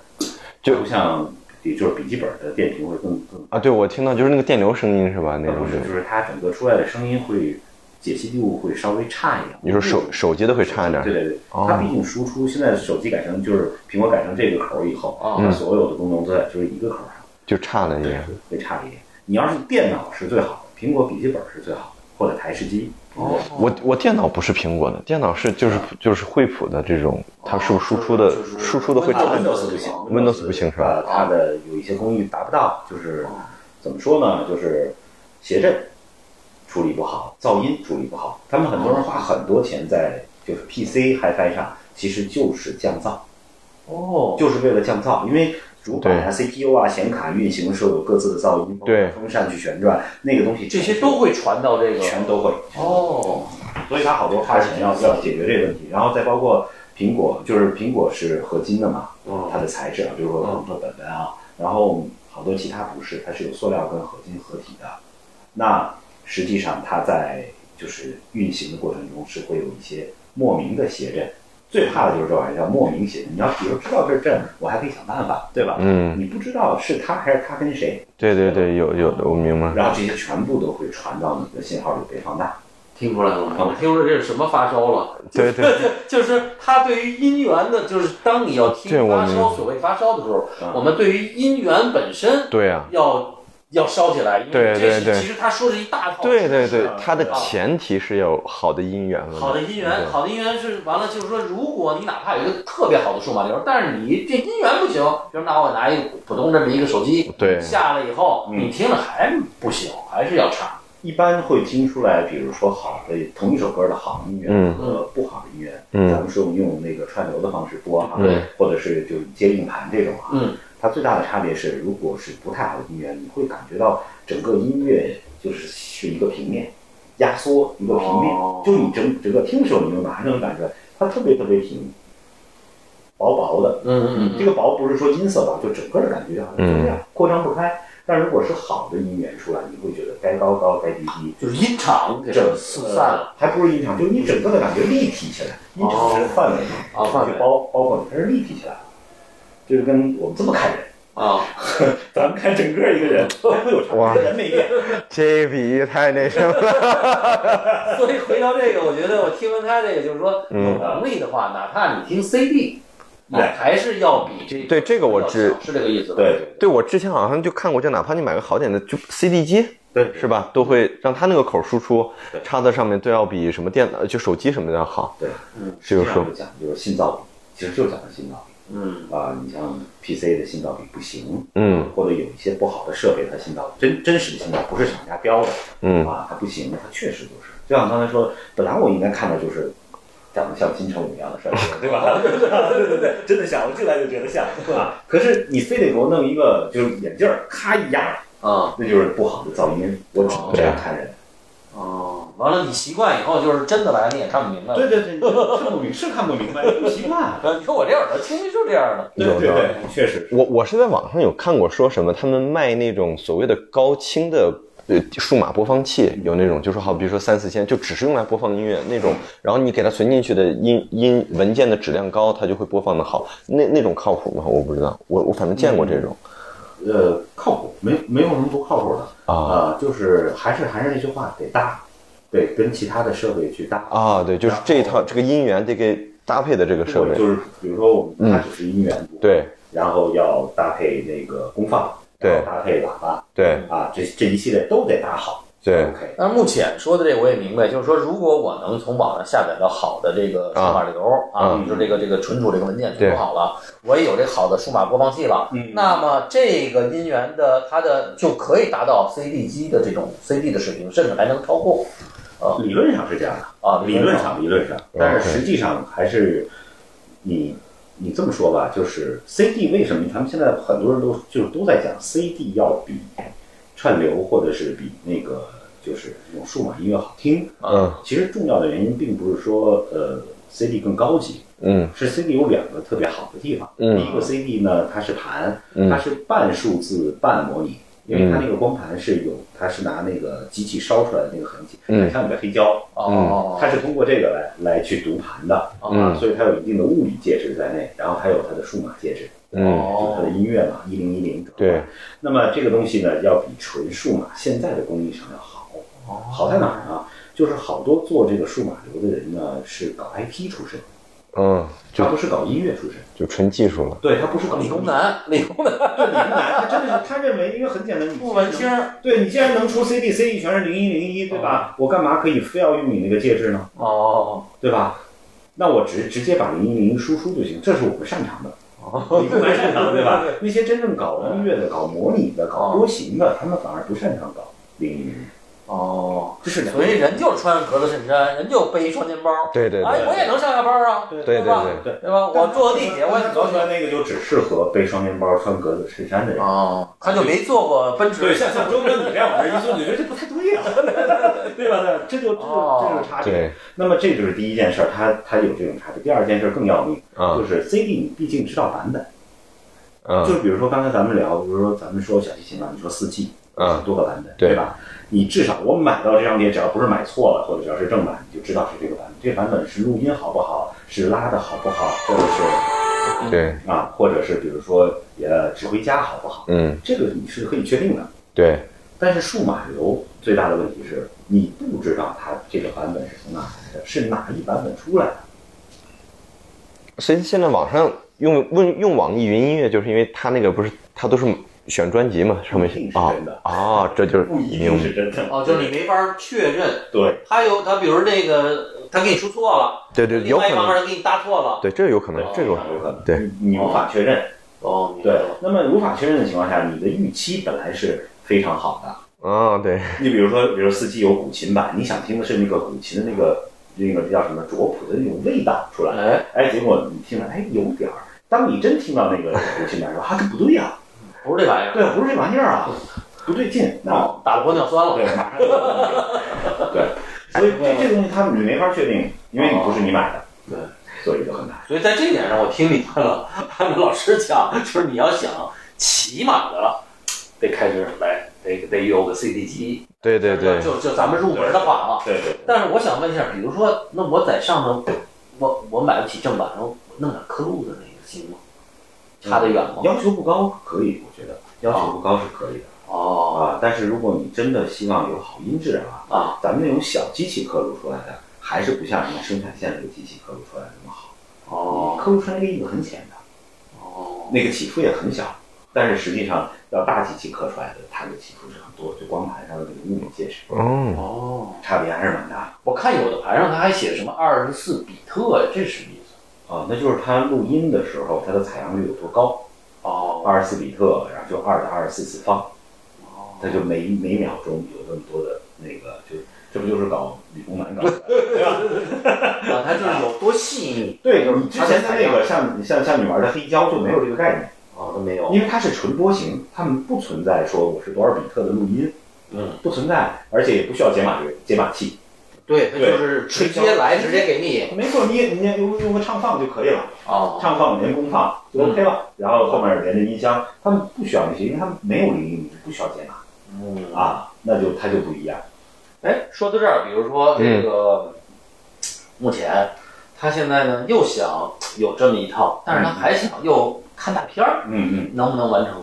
Speaker 2: 就
Speaker 3: 不像也就是笔记本的电屏会更更，
Speaker 2: 啊，对我听到就是那个电流声音是吧？那
Speaker 3: 而
Speaker 2: 种
Speaker 3: 啊不是
Speaker 2: 对
Speaker 3: 就是它整个出来的声音会解析度会稍微差一点。
Speaker 2: 你说手手机的会差一点
Speaker 3: 对对对，
Speaker 2: 哦
Speaker 3: 它毕竟输出现在手机改成就是苹果改成这个口儿以后，
Speaker 1: 哦
Speaker 3: 它所有的功能都在就是一个口儿上，
Speaker 2: 就差了一点。
Speaker 3: 会差一点。你要是电脑是最好的，苹果笔记本是最好的，或者台式机。哦，
Speaker 2: 我我电脑不是苹果的，电脑是就是就是惠普的这种，它是不是输出的
Speaker 1: 就是就是
Speaker 2: 输出的会
Speaker 3: 它
Speaker 2: 差一点
Speaker 3: 啊 Windows 不行
Speaker 2: Windows 不行是吧
Speaker 3: 呃，它的有一些工艺达不到，就是怎么说呢，就是谐振处理不好，噪音处理不好。他们很多人花很多钱在就是 PC HiFi 上，其实就是降噪，
Speaker 1: 哦，
Speaker 3: 就是为了降噪，因为。主板啊、CPU 啊、显卡运行时候有各自的噪音，包括
Speaker 2: 对
Speaker 3: 风扇去旋转，那个东西
Speaker 1: 这些都会传到这个
Speaker 3: 全都会。
Speaker 1: 哦，
Speaker 3: 所以它好多花钱要要解决这个问题，然后再包括苹果，就是苹果是合金的嘛，
Speaker 1: 哦
Speaker 3: 它的材质啊，比如说我们说本本啊，然后好多其他不是，它是有塑料跟合金合体的。那实际上它在就是运行的过程中是会有一些莫名的谐振，最怕的就是这玩意儿叫莫名其妙。你要比如知道这是朕，我还可以想办法，对吧？
Speaker 2: 嗯，
Speaker 3: 你不知道是他还是他跟谁，
Speaker 2: 对对对，有有的，我明白。
Speaker 3: 然后这些全部都会传到你的信号里被放大。
Speaker 1: 听出来了吗？
Speaker 3: 嗯
Speaker 1: 我听出来这是什么发烧了？
Speaker 2: 对对，
Speaker 1: 就是他对于姻缘的，就是当你要
Speaker 2: 这
Speaker 1: 听
Speaker 2: 我
Speaker 1: 发
Speaker 2: 明
Speaker 1: 烧，所谓发烧的时候
Speaker 3: 嗯，
Speaker 1: 我们对于姻缘本身
Speaker 2: 对啊，
Speaker 1: 要要烧起来，因
Speaker 2: 对
Speaker 1: 为这是
Speaker 2: 对对
Speaker 1: 其实他说是一大套，
Speaker 2: 对对对
Speaker 3: 啊，
Speaker 2: 它的前提是要有好的姻缘了。
Speaker 1: 好的姻缘，好的姻缘是完了，就是说，如果你哪怕有一个特别好的数码流，但是你这姻缘不行，比如拿我拿一个普通这么一个手机
Speaker 2: 对
Speaker 1: 下来以后，
Speaker 3: 嗯
Speaker 1: 你听着还不行，还是要差。
Speaker 3: 一般会听出来，比如说好的同一首歌的好音乐
Speaker 2: 嗯
Speaker 3: 和不好的音乐，
Speaker 2: 嗯
Speaker 3: 咱们是用用那个串流的方式播哈，
Speaker 2: 对
Speaker 3: 或者是就接硬盘这种啊哈，
Speaker 1: 嗯，
Speaker 3: 它最大的差别是，如果是不太好的音乐，你会感觉到整个音乐就是是一个平面，压缩一个平面，
Speaker 1: 哦
Speaker 3: 就你整整个听的时候，你就马上就能感觉它特别特别平，薄薄的，
Speaker 1: 嗯
Speaker 3: 这个薄不是说音色薄，就整个的感觉好像就这样、扩张不开。但如果是好的音源出来，你会觉得该高高该低低，
Speaker 1: 就是音场给
Speaker 3: 整
Speaker 1: 四散了，
Speaker 3: 呃还不是音场，就是你整个的感觉立体起来，音场只是范围
Speaker 2: 呃
Speaker 1: 哦啊范围
Speaker 3: 就包包括你它是立体起来的，就是跟我们这么看人，
Speaker 1: 啊，
Speaker 3: 咱们看整个一个人，还会有差
Speaker 2: 哇
Speaker 3: 别，人没变。
Speaker 2: 这比喻太那什么了。
Speaker 1: 所以回到这个，我觉得我听完他这个，就是说有
Speaker 2: 嗯
Speaker 1: 能力的话，哪怕你听 CD，
Speaker 3: 对
Speaker 1: 还是要比这
Speaker 2: 对这个我知
Speaker 1: 是这个意思吧。
Speaker 3: 对
Speaker 2: 对，我之前好像就看过，就哪怕你买个好点的，就 CD 机，
Speaker 3: 对
Speaker 2: 是吧，都会让它那个口输出
Speaker 3: 对
Speaker 2: 插在上面，都要比什么电脑、就手机什么的要好。
Speaker 3: 对，
Speaker 2: 是有说
Speaker 3: 就讲就是心脏比，其实就讲的心脏比
Speaker 1: 嗯，
Speaker 3: 啊、你像 PC 的心脏比不行，
Speaker 2: 嗯
Speaker 3: 或者有一些不好的设备，它心脏真真实的心脏不是厂家标的，
Speaker 2: 嗯
Speaker 3: 啊，它不行，它确实不是。就像刚才说，本来我应该看到就是长得像金城武一样的帅哥，对吧？ 啊对对对，真的像，我进来就觉得像啊。可是你非得给我弄一个就是眼镜儿，咔一压，
Speaker 1: 啊
Speaker 3: 那就是不好的噪音，我只能这样看人。
Speaker 1: 哦，完了你习惯以后，就是真的来你也看不明白了。
Speaker 3: 哦对对对，看不明是看不明白，不习惯。
Speaker 1: 你说我这耳朵听着就这样的，
Speaker 3: 对
Speaker 2: 有
Speaker 3: 对
Speaker 2: 道
Speaker 3: 对
Speaker 2: 理，
Speaker 3: 确实是。
Speaker 2: 我我是在网上有看过说什么，他们卖那种所谓的高清的。呃，数码播放器有那种，就是好比说三四千，就只是用来播放音乐那种，然后你给它存进去的音音文件的质量高，它就会播放的好。那那种靠谱吗？我不知道，我我反正见过这种、
Speaker 3: 呃，靠谱，没没有什么不靠谱的
Speaker 2: 啊
Speaker 3: 啊、就是还是还是那句话，得搭，对，跟其他的设备去搭。
Speaker 2: 啊，对，就是这一套这个音源得给搭配的这个设备，
Speaker 3: 就是比如说我们它只是音源部，
Speaker 2: 对
Speaker 3: 然后要搭配那个功放，
Speaker 2: 对
Speaker 3: 然后搭配喇叭
Speaker 2: 对
Speaker 3: 啊，这这一系列都得搭好。
Speaker 2: 对
Speaker 3: OK，
Speaker 1: 但是目前说的这我也明白，就是说，如果我能从网上下载到好的这个数码流啊，
Speaker 2: 嗯
Speaker 1: 比如说这个这个存储这个文件存
Speaker 2: 对
Speaker 1: 储好了，我也有这好的数码播放器了，
Speaker 3: 嗯
Speaker 1: 那么这个音源的它的就可以达到 CD 机的这种 CD 的水平，甚至还能超过
Speaker 3: 理论上是这样的
Speaker 1: 啊。
Speaker 3: 理论，上理论上，但是
Speaker 2: OK
Speaker 3: 实际上还是你你这么说吧，就是 CD 为什么咱们现在很多人都就是都在讲 CD 要比串流或者是比那个就是那种数码音乐好听？
Speaker 2: 嗯
Speaker 3: 其实重要的原因并不是说呃 CD 更高级，
Speaker 2: 嗯
Speaker 3: 是 CD 有两个特别好的地方。
Speaker 2: 嗯
Speaker 3: 第一个 CD 呢，它是盘，
Speaker 2: 嗯
Speaker 3: 它是半数字半模拟，因为它那个光盘是有，它是拿那个机器烧出来的那个痕迹，
Speaker 2: 嗯
Speaker 3: 很像你的黑胶，
Speaker 1: 哦，
Speaker 3: 它是通过这个来来去读盘的，啊，
Speaker 2: 嗯
Speaker 3: 所以它有一定的物理介质在内，然后还有它的数码介质，
Speaker 2: 嗯，
Speaker 3: 就是它的音乐嘛，一零一零。
Speaker 2: 对，
Speaker 3: 那么这个东西呢，要比纯数码现在的工艺上要好，好在哪儿呢？就是好多做这个数码流的人呢，是搞 IP 出身，
Speaker 2: 嗯，就
Speaker 3: 他不是搞音乐出身。
Speaker 2: 就纯技术了，
Speaker 3: 对他不是搞
Speaker 1: 理工
Speaker 3: 男，
Speaker 1: 男，理工男
Speaker 3: 对理工男，他真的是他认为，因为很简单，你
Speaker 1: 不文青
Speaker 3: 儿，
Speaker 1: 儿
Speaker 3: 对你既然能出 CD，CD 全是零一零一，对吧？我干嘛可以非要用你那个介质呢？
Speaker 1: 哦，
Speaker 3: 对吧？那我直直接把零一零一输出就行，这是我们擅长的。理工男擅长的，对吧？那些真正搞音乐的、搞模拟的、搞波形的，他们反而不擅长搞零一零一，
Speaker 1: 哦，
Speaker 3: 这是两
Speaker 1: 所
Speaker 3: 个。
Speaker 1: 以人就穿格子衬衫，人就背一双钱包，
Speaker 2: 对对
Speaker 1: 哎，
Speaker 2: 对
Speaker 1: 我也能上下班啊，
Speaker 3: 对
Speaker 2: 对对
Speaker 1: 吧
Speaker 2: 对。
Speaker 1: 对吧？我坐地铁，我也
Speaker 3: 刚才
Speaker 1: 很
Speaker 3: 说
Speaker 1: 高
Speaker 3: 出
Speaker 1: 兴
Speaker 3: 来。那个就只适合背双肩包、穿格子衬衫的人。
Speaker 1: 哦，他就没坐过奔驰。
Speaker 3: 像周哥你这样人一说，你觉得这不太对呀、对吧？对吧，这就这就这就是差别。
Speaker 2: 哦对，
Speaker 3: 那么这就是第一件事儿，它它有这种差别。第二件事儿更要命，
Speaker 2: 啊
Speaker 3: 就是 CD 你毕竟知道版本，
Speaker 2: 啊
Speaker 3: 就是比如说刚才咱们聊，比如说咱们说小提琴嘛，你说四 G，
Speaker 2: 啊
Speaker 3: 多个版本，
Speaker 2: 对
Speaker 3: 对吧？你至少我买到这张碟，只要不是买错了，或者只要是正版，你就知道是这个版本。这个版本是录音好不好，是拉的好不好，或者是
Speaker 2: 对，
Speaker 3: 啊，或者是比如说呃指挥家好不好，
Speaker 2: 嗯，
Speaker 3: 这个你是可以确定的。
Speaker 2: 对，
Speaker 3: 但是数码流最大的问题是你不知道它这个版本是从哪来的，是哪一版本出来的。
Speaker 2: 所以现在网上用用用网易云音乐，就是因为它那个不是它都是选专辑嘛，上面
Speaker 3: 不一定是
Speaker 2: 啊
Speaker 3: 真的
Speaker 2: 啊，这就是
Speaker 3: 不一定
Speaker 2: 明
Speaker 3: 是真的。
Speaker 1: 哦，就是你没法确认，
Speaker 3: 对，
Speaker 1: 他有他，比如那个他给你出错了，
Speaker 2: 对对，
Speaker 1: 另
Speaker 2: 有
Speaker 1: 外
Speaker 2: 可
Speaker 1: 一方面
Speaker 2: 能，
Speaker 1: 他给你搭错了，
Speaker 2: 对，这有可
Speaker 3: 哦
Speaker 2: 能，这种
Speaker 3: 有可能，
Speaker 2: 对
Speaker 3: 你你无法确认。
Speaker 1: 哦，明白
Speaker 3: 对
Speaker 1: 了，
Speaker 3: 那么无法确认的情况下，你的预期本来是非常好的。
Speaker 2: 啊，对，
Speaker 3: 你比如说，比如四季有古琴版，你想听的是那个古琴的那个那个叫什么卓朴的那种味道出来，
Speaker 1: 哎，
Speaker 3: 哎，结果你听着，哎，有点儿。当你真听到那个古琴版说，啊，这不对呀、
Speaker 1: 不是这玩意儿，
Speaker 3: 对，不是这玩意儿啊，不对劲，那
Speaker 1: 哦，打了玻尿酸了，
Speaker 3: 对，马上就有问题了 对，所以这这东西它你没法确定，因为你不是你买的，
Speaker 1: 对，
Speaker 3: 所以就很难。
Speaker 1: 所以在这点上，我听明白了， 按照老师讲，就是你要想起码的，得开始来，得得有个 CD 机，
Speaker 2: 对对对，
Speaker 1: 就就咱们入门的话啊。
Speaker 3: 对对，
Speaker 1: 但是我想问一下，比如说，那我在上头，我我买不起正版，然后我弄点刻录的那个行吗？差得远吗？
Speaker 3: 要求不高可以，我觉得要求不高是可以的
Speaker 1: 哦
Speaker 3: 啊。但是如果你真的希望有好音质的话，
Speaker 1: 啊，
Speaker 3: 咱们那种小机器刻录出来的，还是不像什么生产线这个机器刻录出来的那么好。
Speaker 1: 哦
Speaker 3: 刻录出来那个印子很浅的，
Speaker 1: 哦，
Speaker 3: 那个起伏也很小，但是实际上要大机器刻出来的，它的起伏是很多，就光盘上的那个印子介质
Speaker 2: 哦，
Speaker 1: 哦，
Speaker 3: 差别还是蛮大的。
Speaker 1: 我看有的牌上他还写什么二十四比特，这是什么意思？
Speaker 3: 啊，那就是它录音的时候，它的采样率有多高？
Speaker 1: 哦，
Speaker 3: 二十四比特，然后就二的二十四次方，它就每每秒钟有那么多的那个，就这不就是搞理工 男搞的？
Speaker 1: 啊，他就是有多细腻
Speaker 3: 对，就是之前
Speaker 1: 它的
Speaker 3: 的
Speaker 1: 采
Speaker 3: 那
Speaker 1: 样
Speaker 3: 个像像像你玩的黑胶就没有这个概念，
Speaker 1: 哦，都没有，
Speaker 3: 因为它是纯波形，它们不存在说我是多少比特的录音，嗯，不存在，而且也不需要解码这个解码器，
Speaker 1: 对，他就是直接来，直接给你，
Speaker 3: 没错，你也你也用用个唱放就可以了，
Speaker 1: 哦，
Speaker 3: 唱放连功放就 OK 了，然后后面连着音箱，他们不需要那些，因为他们没有零音，不需要解码
Speaker 1: 嗯啊，
Speaker 3: 啊，那就它就不一样。
Speaker 1: 哎，说到这儿，比如说这个，目前他现在呢又想有这么一套，但是他还想又看大片儿，
Speaker 3: 嗯嗯。
Speaker 1: 能不能完成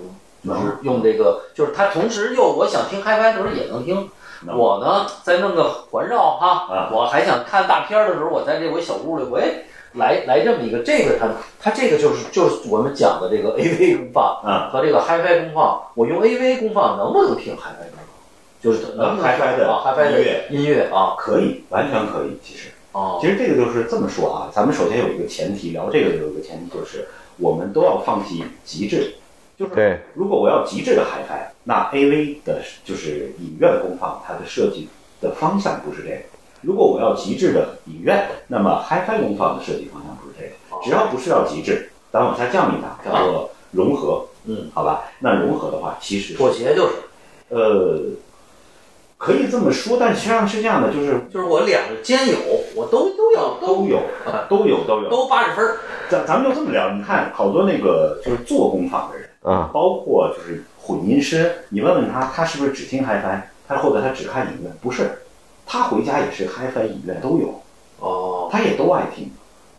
Speaker 1: 呢？就是用这个，就是他同时又我想听嗨 i 的时候也能听，
Speaker 3: 能
Speaker 1: 我呢，再弄个环绕哈，
Speaker 3: 啊
Speaker 1: 我还想看大片儿的时候，我在这我小屋里，我也来来这么一个，这个它它这个就是就是我们讲的这个 AV 功放
Speaker 3: 啊
Speaker 1: 和这个 HiFi 功放，我用 AV 功放能不能听 HiFi 功放？就是能不能
Speaker 3: HiFi 呃的
Speaker 1: 啊 HiFi
Speaker 3: 音乐
Speaker 1: 的音乐啊？
Speaker 3: 可以，完全可以。其实，
Speaker 1: 哦
Speaker 3: 其实这个就是这么说啊。咱们首先有一个前提，聊这个有一个前提就是，我们都要放弃极致。就是
Speaker 2: 对，
Speaker 3: 如果我要极致的 HiFi，那 AV 的就是影院功放，它的设计的方向不是这个。如果我要极致的影院，那么 HiFi 功放的设计方向不是这个。只要不是要极致，咱往下降一档，叫做融合。
Speaker 1: 嗯，
Speaker 3: 好吧。那融合的话，其实是
Speaker 1: 妥协就是
Speaker 3: 呃，可以这么说，但实际上是这样的，就是
Speaker 1: 就是我两个兼有，我都都要
Speaker 3: 都有，都有，都有。
Speaker 1: 都八十分儿
Speaker 3: 咱咱们就这么聊，你看好多那个就是做工坊的人，
Speaker 2: 啊，
Speaker 3: 包括就是混音师，你问问他，他是不是只听 HiFi，他或者他只看影院？不是，他回家也是 HiFi 影院都有，
Speaker 1: 哦，
Speaker 3: 他也都爱听。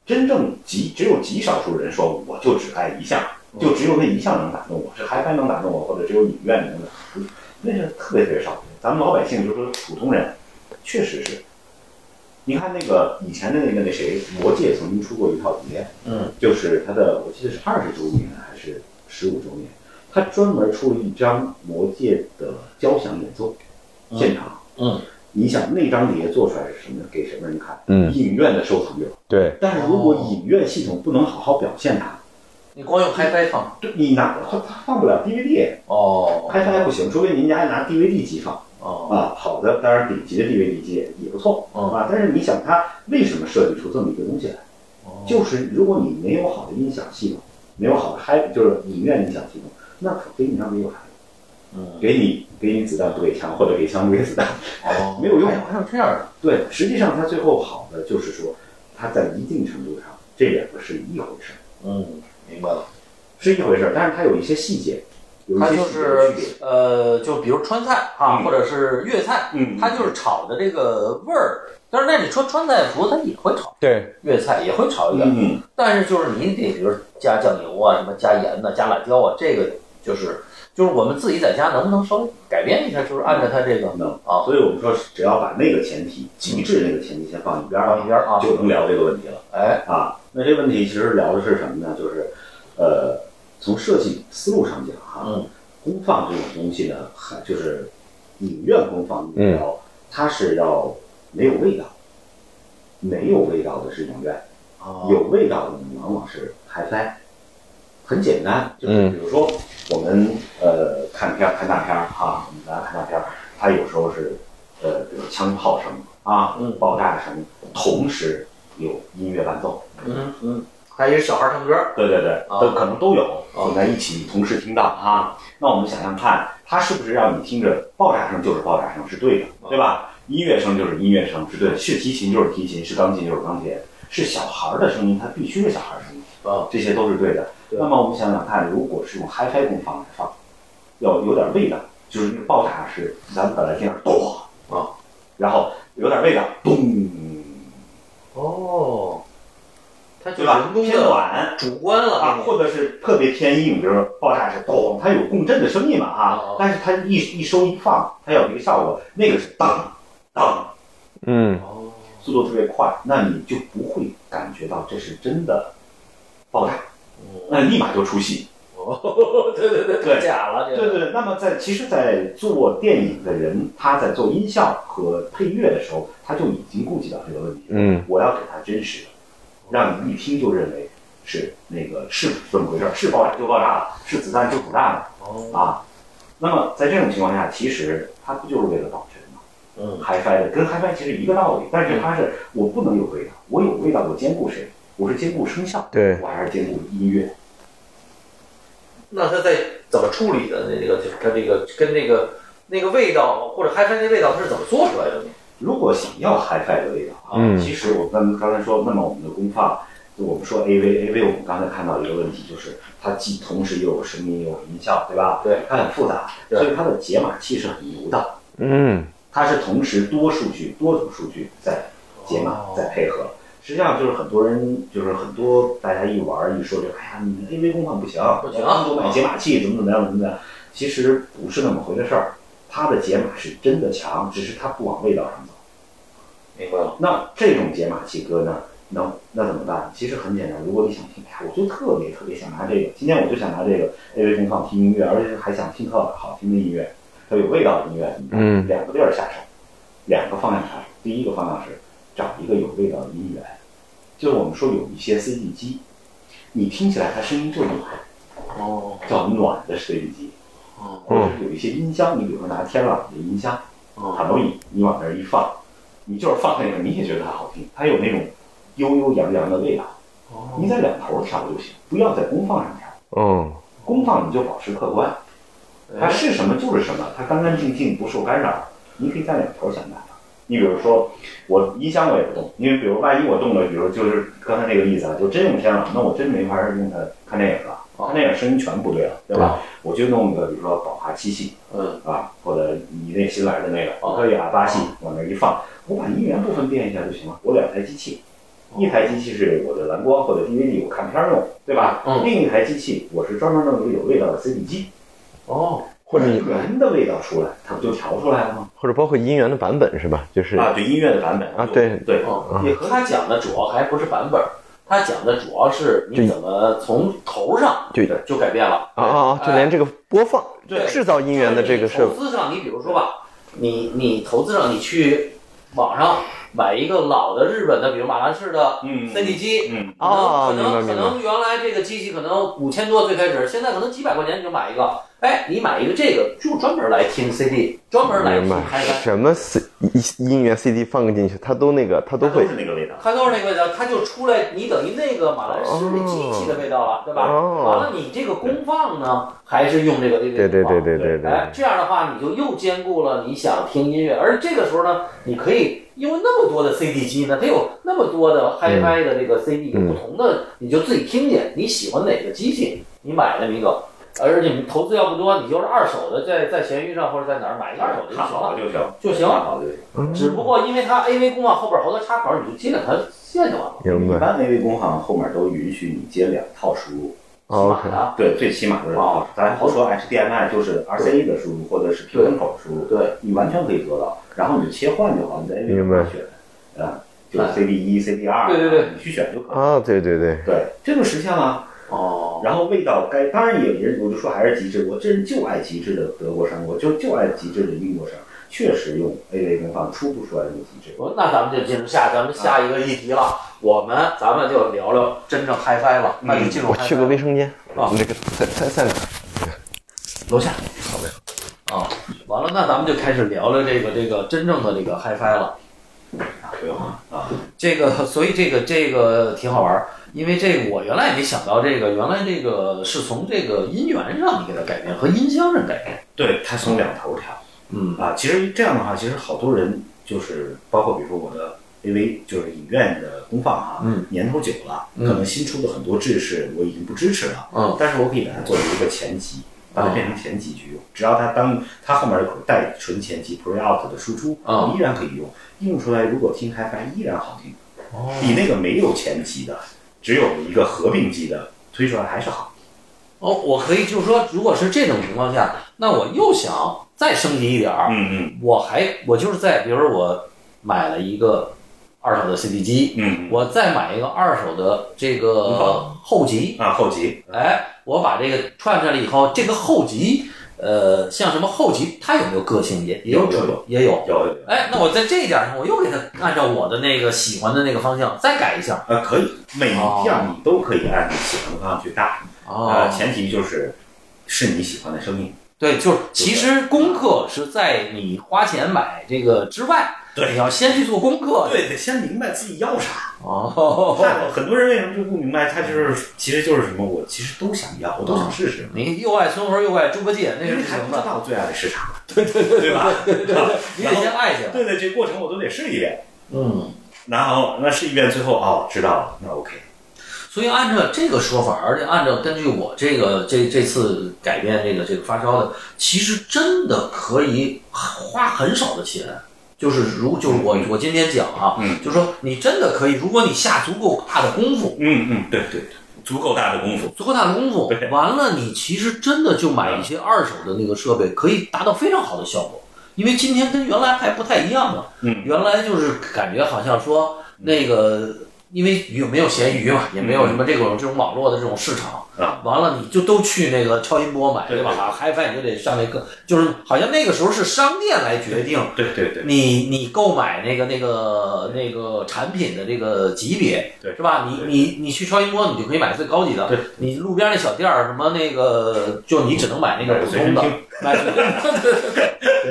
Speaker 3: 真正极只有极少数人说，我就只爱一项，
Speaker 1: 嗯
Speaker 3: 就只有那一项能打动我，是 HiFi 能打动我，或者只有影院能打动我，那是特别特别少。咱们老百姓就说普通人，确实是。你看那个以前的那个那谁，魔界曾经出过一套碟，
Speaker 1: 嗯，
Speaker 3: 就是他的，我记得是二十周年还是十五周年，他专门出了一张魔界的交响演奏，现场，
Speaker 1: 嗯
Speaker 3: 你想那张碟做出来是什么，给什么人看？
Speaker 2: 嗯
Speaker 3: 影院的收藏者。
Speaker 2: 对，
Speaker 3: 但是如果影院系统不能好好表现它，
Speaker 1: 你光用 HiFi 放
Speaker 3: 对你拿它它放不了 DVD，
Speaker 1: 哦
Speaker 3: 拍出来不行，除非您家拿 DVD 机放
Speaker 1: 哦
Speaker 3: 啊。好的，当然顶级的 DVD 机也也不错
Speaker 1: 嗯
Speaker 3: 啊。但是你想，它为什么设计出这么一个东西来？就是如果你没有好的音响系统，没有好的嗨，就是影院音响系统，那可给你让没有嗨，
Speaker 1: 嗯
Speaker 3: 给你给你子弹不给枪，或者给枪不给子弹，
Speaker 1: 哦
Speaker 3: 没有用
Speaker 1: 还有还有这样的
Speaker 3: 对，实际上它最后好的就是说，它在一定程度上，这两个是一回事儿，
Speaker 1: 嗯明白了
Speaker 3: 是一回事儿，但是它有一些细节，有一
Speaker 1: 它
Speaker 3: 些
Speaker 1: 就
Speaker 3: 细节
Speaker 1: 是
Speaker 3: 的区别。
Speaker 1: 呃，就比如川菜啊，
Speaker 3: 嗯
Speaker 1: 或者是粤菜，
Speaker 3: 嗯
Speaker 1: 它就是炒的这个味儿。但是那你说川菜谱，它也会炒
Speaker 2: 对，
Speaker 1: 粤菜，也会炒一点，
Speaker 3: 嗯，
Speaker 1: 但是就是你得比如加酱油啊，什么加盐呐、加辣椒啊，这个就是就是我们自己在家能不能稍微改变一下，就是按照它这个
Speaker 3: 能
Speaker 1: 啊
Speaker 3: 嗯所以我们说，只要把那个前提，极致那个前提先放一边儿
Speaker 1: 放一
Speaker 3: 了，
Speaker 1: 边儿啊，
Speaker 3: 就能聊这个问题了
Speaker 1: 哎，
Speaker 3: 啊。那这问题其实聊的是什么呢？就是，呃，从设计思路上讲哈、
Speaker 1: 嗯
Speaker 3: 公放这种东西呢，还就是影院公放目标，它是要没有味道，没有味道的是影院，
Speaker 1: 哦
Speaker 3: 有味道的呢往往是嗨翻。很简单，就是
Speaker 2: 嗯
Speaker 3: 比如说我们呃看片儿看大片儿啊，我们大家看大片儿，它有时候是呃比如枪炮声啊
Speaker 1: 嗯，
Speaker 3: 爆炸声，同时有音乐伴奏，
Speaker 1: 嗯嗯，还有小孩唱歌，
Speaker 3: 对对对，
Speaker 1: 啊
Speaker 3: 都可能都有
Speaker 1: 啊
Speaker 3: 混在一起同时听到啊。那我们想想看，它是不是让你听着爆炸声就是爆炸声是对的，
Speaker 1: 啊
Speaker 3: 对吧？音乐声就是音乐声是对的，是提琴就是提琴，是钢琴就是钢琴，是小孩儿的声音，它必须是小孩儿声音
Speaker 1: 啊，
Speaker 3: 这些都是对的。
Speaker 1: 对
Speaker 3: 那么我们想想看，如果是用 HiFi 功放来放，要有点味道，就是那个爆炸是咱们本来听着咚
Speaker 1: 啊，
Speaker 3: 然后有点味道咚，
Speaker 1: 哦，它就
Speaker 3: 对
Speaker 1: 是
Speaker 3: 吧
Speaker 1: 人？工
Speaker 3: 偏
Speaker 1: 的
Speaker 3: 短。
Speaker 1: 主观了
Speaker 3: 啊，
Speaker 1: 给你
Speaker 3: 或者是特别偏硬，比如说爆炸是咚，它有共振的声音嘛
Speaker 1: 哦
Speaker 3: 啊，但是它一一收一放，它有一个效果，那个是当当，
Speaker 2: 嗯
Speaker 1: 哦，
Speaker 3: 速度特别快，那你就不会感觉到这是真的爆炸，那立马就出戏。
Speaker 1: 哦， 对对对，太假了，这
Speaker 3: 对
Speaker 1: 个
Speaker 3: 对对，那么在其实，在做电影的人，他在做音效和配乐的时候，他就已经顾及到这个问题了。
Speaker 2: 嗯，
Speaker 3: 我要给他真实的，让你一听就认为是那个是怎么回事儿，是爆炸就爆炸了，是子弹就子弹了。
Speaker 1: 哦，
Speaker 3: 啊。那么在这种情况下，其实它不就是为了保真吗？
Speaker 1: 嗯
Speaker 3: ，HiFi 的跟 HiFi 其实一个道理，但是它是我不能有味道，我有味道我兼顾谁？我是兼顾声效，
Speaker 2: 对
Speaker 3: 我还是兼顾音乐？
Speaker 1: 那它在怎么处理的？那这个就是它这个跟那个那个味道或者嗨翻那味道，它是怎么做出来的呢？
Speaker 3: 如果想要 HiFi 的味道啊，
Speaker 2: 嗯
Speaker 3: 其实我刚刚才说，那么我们的功放，就我们说 AV AV，我们刚才看到一个问题，就是它既同时又有声音又有音效，对吧？
Speaker 1: 对，
Speaker 3: 它很复杂，
Speaker 1: 对
Speaker 3: 所以它的解码器是很牛的，
Speaker 2: 嗯
Speaker 3: 它是同时多数据、多种数据在解码、
Speaker 1: 哦
Speaker 3: 在配合。实际上就是很多人，就是很多大家一玩儿一说就，哎呀，你们 AV 工坊不行，
Speaker 1: 不行
Speaker 3: 单独买解码器怎么怎么样怎么怎么样，其实不是那么回事儿。它的解码是真的强，只是它不往味道上走。
Speaker 1: 明白了，
Speaker 3: 那这种解码器歌呢，那那怎么办？其实很简单，如果你想听，哎呀，我就特别特别想拿这个，今天我就想拿这个 AV 工坊听音乐，而且还想听特好听的音乐，特有味道的音乐，你看
Speaker 2: 嗯
Speaker 3: 两个地儿下手，两个方向下手。第一个方向是找一个有味道的音源，就是我们说有一些 CD 机，你听起来它声音就暖，
Speaker 1: 哦，
Speaker 3: 叫暖的 CD 机，
Speaker 1: 哦
Speaker 3: 或者是有一些音箱，你比如说拿天朗的音箱，
Speaker 1: 哦
Speaker 3: 很容易你往那儿一放，你就是放那个，你也觉得它好听，它有那种悠悠扬扬的味道。
Speaker 1: 哦
Speaker 3: 你在两头调就行，不要在功放上调，
Speaker 2: 哦
Speaker 3: 功放你就保持客观，它是什么就是什么，它干干净净不受干扰。你可以在两头想办法。你比如说，我音箱我也不动，因为比如万一我动了，比如就是刚才那个例子啊，就真用天朗，那我真没法用它看电影了，
Speaker 1: 哦
Speaker 3: 看电影声音全不对了，对吧？我就弄个比如说宝华七系
Speaker 1: 嗯，
Speaker 3: 啊，或者你那新来的那个
Speaker 1: 哦
Speaker 3: 可以啊，八系往那一放，我把音源部分变一下就行了。我两台机器，
Speaker 1: 哦
Speaker 3: 一台机器是我的蓝光或者 DVD 我看片儿用，对吧？
Speaker 1: 嗯
Speaker 3: 另一台机器我是专门弄一个有味道的 CD 机。
Speaker 1: 哦，
Speaker 2: 或者你
Speaker 3: 原的味道出来，它不就调出来了吗？
Speaker 2: 或者包括音源的版本是吧？就是
Speaker 3: 啊，对音乐的版本
Speaker 2: 啊对
Speaker 3: 对，
Speaker 1: 哦
Speaker 3: 也和
Speaker 1: 他讲的主要还不是版本，他讲的主要是你怎么从头上
Speaker 2: 对
Speaker 1: 就改变了。
Speaker 2: 啊啊啊，就连这个播放
Speaker 1: 呃对
Speaker 2: 制造音源的这个设
Speaker 1: 投资上，你比如说吧，你你投资上你去网上买一个老的日本的，比如马兰士的
Speaker 3: 嗯
Speaker 1: CD 机，
Speaker 3: 嗯，
Speaker 2: 啊，
Speaker 1: 可
Speaker 2: 明
Speaker 1: 能
Speaker 2: 白
Speaker 1: 可能可
Speaker 2: 明白，
Speaker 1: 能原来这个机器可能五千多最开始，现在可能几百块钱你就买一个。哎，你买一个这个就专门来听 CD，专门来
Speaker 2: 明
Speaker 1: 听
Speaker 2: 白
Speaker 1: 开单。
Speaker 2: 什么 C 音音源 CD 放进去，它都那个它都会
Speaker 3: 是那个味道。
Speaker 1: 它都是那个味道，它就出来，你等于那个马来西亚机器的味道了，对吧？
Speaker 2: 哦
Speaker 1: 完了，你这个功放呢，还是用这个这个
Speaker 2: 对对对对对对
Speaker 1: 哎，这样的话，你就又兼顾了你想听音乐，而这个时候呢，你可以因为那么多的 CD 机呢，它有那么多
Speaker 2: 嗯
Speaker 1: 的 HiFi 的这个 CD，、有不同的，你就自己听去，你喜欢哪个机器，你买那么一个。而且你投资要不多，你就是二手的，在在闲鱼上或者在哪儿买一个二手的就
Speaker 3: 看
Speaker 1: 行
Speaker 3: 好
Speaker 1: 了
Speaker 3: 了。就
Speaker 1: 就
Speaker 3: 行，
Speaker 1: 行
Speaker 3: 看好了就行。
Speaker 1: 只不过因为它 AV 公网后边好多插口，你就接着它线就完了。
Speaker 2: 哦明
Speaker 3: 一
Speaker 2: 白。
Speaker 3: 般那位工行后面都允许你接两套输入，
Speaker 2: 哦 OK，
Speaker 1: 啊，
Speaker 3: 对，最起码的是两套
Speaker 1: 哦。
Speaker 3: 咱好说 HDMI 就是 RCA 的输入或者是平衡口输入，
Speaker 1: 对，
Speaker 3: 你完全可以做到。然后你切换就好，你在那
Speaker 2: 明白
Speaker 3: 边选，啊，就是 CD 一、CD 二，啊
Speaker 1: 对对对，
Speaker 3: 你去选就可以。
Speaker 2: 啊，对对对，
Speaker 3: 对，这就实现了。
Speaker 1: 哦，
Speaker 3: 然后味道该，当然有人我就说还是极致，我这人就爱极致的德国生活，就就爱极致的英国生，确实用 A 类工坊出不出来那么极致。
Speaker 1: 我那咱们就进入下咱们下一个议题了。我们咱们就聊聊真正嗨翻了，那就进入
Speaker 2: 我
Speaker 1: Hi-Fi
Speaker 2: 去个卫生间，
Speaker 1: 啊
Speaker 2: 我们这个散散散
Speaker 1: 楼下。好嘞。啊，完了，那咱们就开始聊聊这个这个真正的这个嗨翻了。
Speaker 3: 不用啊，
Speaker 1: 这个， 所以这个这个挺好玩儿，因为这个我原来也没想到，这个原来这个是从这个音源上你给它改变和音箱上改变。
Speaker 3: 对，它从两头调。
Speaker 1: 嗯
Speaker 3: 啊，其实这样的话，其实好多人就是包括比如说我的 AV 就是影院的公放哈、
Speaker 1: 嗯
Speaker 3: 年头久了，
Speaker 1: 嗯
Speaker 3: 可能新出的很多制式我已经不支持了，
Speaker 1: 嗯
Speaker 3: 但是我可以把它作为一个前级，把它
Speaker 1: 哦
Speaker 3: 变成前级去用，只要它当它后面有口带纯前级 Pre Out 的输出，
Speaker 1: 哦
Speaker 3: 我依然可以用，用出来如果听开发依然好听，比那个没有前级的，只有一个合并机的推出来还是好。
Speaker 1: 哦，我可以就是说，如果是这种情况下，那我又想再升级一点儿，
Speaker 3: 嗯
Speaker 1: 我还我就是在，比如说我买了一个二手的 CD 机，
Speaker 3: 嗯
Speaker 1: 我再买一个二手的这
Speaker 3: 嗯
Speaker 1: 个
Speaker 3: 好
Speaker 1: 后级，
Speaker 3: 啊后级
Speaker 1: 哎，我把这个串出来以后，这个后级，呃，像什么后级，它有没有个性也也有
Speaker 3: 有有
Speaker 1: 准也有。
Speaker 3: 有有
Speaker 1: 哎，那我在这一点上，我又给它按照我的那个喜欢的那个方向再改一下。
Speaker 3: 呃可以每一样你都可以按你喜欢的方向去搭。呃，前提就是是你喜欢的生意。
Speaker 1: 对，就是呃其实功课是在你花钱买这个之外，
Speaker 3: 对
Speaker 1: 你要先去做功课。，
Speaker 3: 对，得先明白自己要啥。
Speaker 1: 哦，
Speaker 3: 但很多人为什么就不明白？他就是其实就是什么？我其实都想要，我都想试试，
Speaker 1: 你又爱孙猴又爱猪八戒，那
Speaker 3: 因
Speaker 1: 是
Speaker 3: 为
Speaker 1: 不
Speaker 3: 还不
Speaker 1: 行
Speaker 3: 知
Speaker 1: 的，
Speaker 3: 道最爱的是啥， 对对对，对吧？
Speaker 1: 你得先爱起来。
Speaker 3: 对对，这过程我都得试一遍，
Speaker 1: 嗯，
Speaker 3: 然后那试一遍，最后哦，知道了，那 OK。
Speaker 1: 所以按照这个说法，而且按照根据我这个这这次改变这个这个发烧的，其实真的可以花很少的钱。就是如就是我我今天讲啊，
Speaker 3: 嗯
Speaker 1: 就说你真的可以，如果你下足够大的功夫，
Speaker 3: 嗯嗯，对对，足够大的功夫。
Speaker 1: 足够大的功夫
Speaker 3: 对，
Speaker 1: 完了你其实真的就买一些二手的那个设备，可以达到非常好的效果。因为今天跟原来还不太一样了，
Speaker 3: 嗯
Speaker 1: 原来就是感觉好像说那个，因为有没有闲鱼嘛，也没有什么这种这种网络的这种市场
Speaker 3: 嗯啊，
Speaker 1: 完了你就都去那个超音波买
Speaker 3: 对
Speaker 1: 对吧？嗨 i 你就得上那个，就是好像那个时候是商店来决定
Speaker 3: 对对对，
Speaker 1: 你你购买那个那个那个产品的这个级别，
Speaker 3: 对
Speaker 1: 是吧？你
Speaker 3: 对
Speaker 1: 你你去超音波，你就可以买最高级的。
Speaker 3: 对，
Speaker 1: 你路边那小店儿什么那个，就你只能买那个普
Speaker 3: 随身
Speaker 1: 通的
Speaker 3: 听。
Speaker 1: 买随身 听对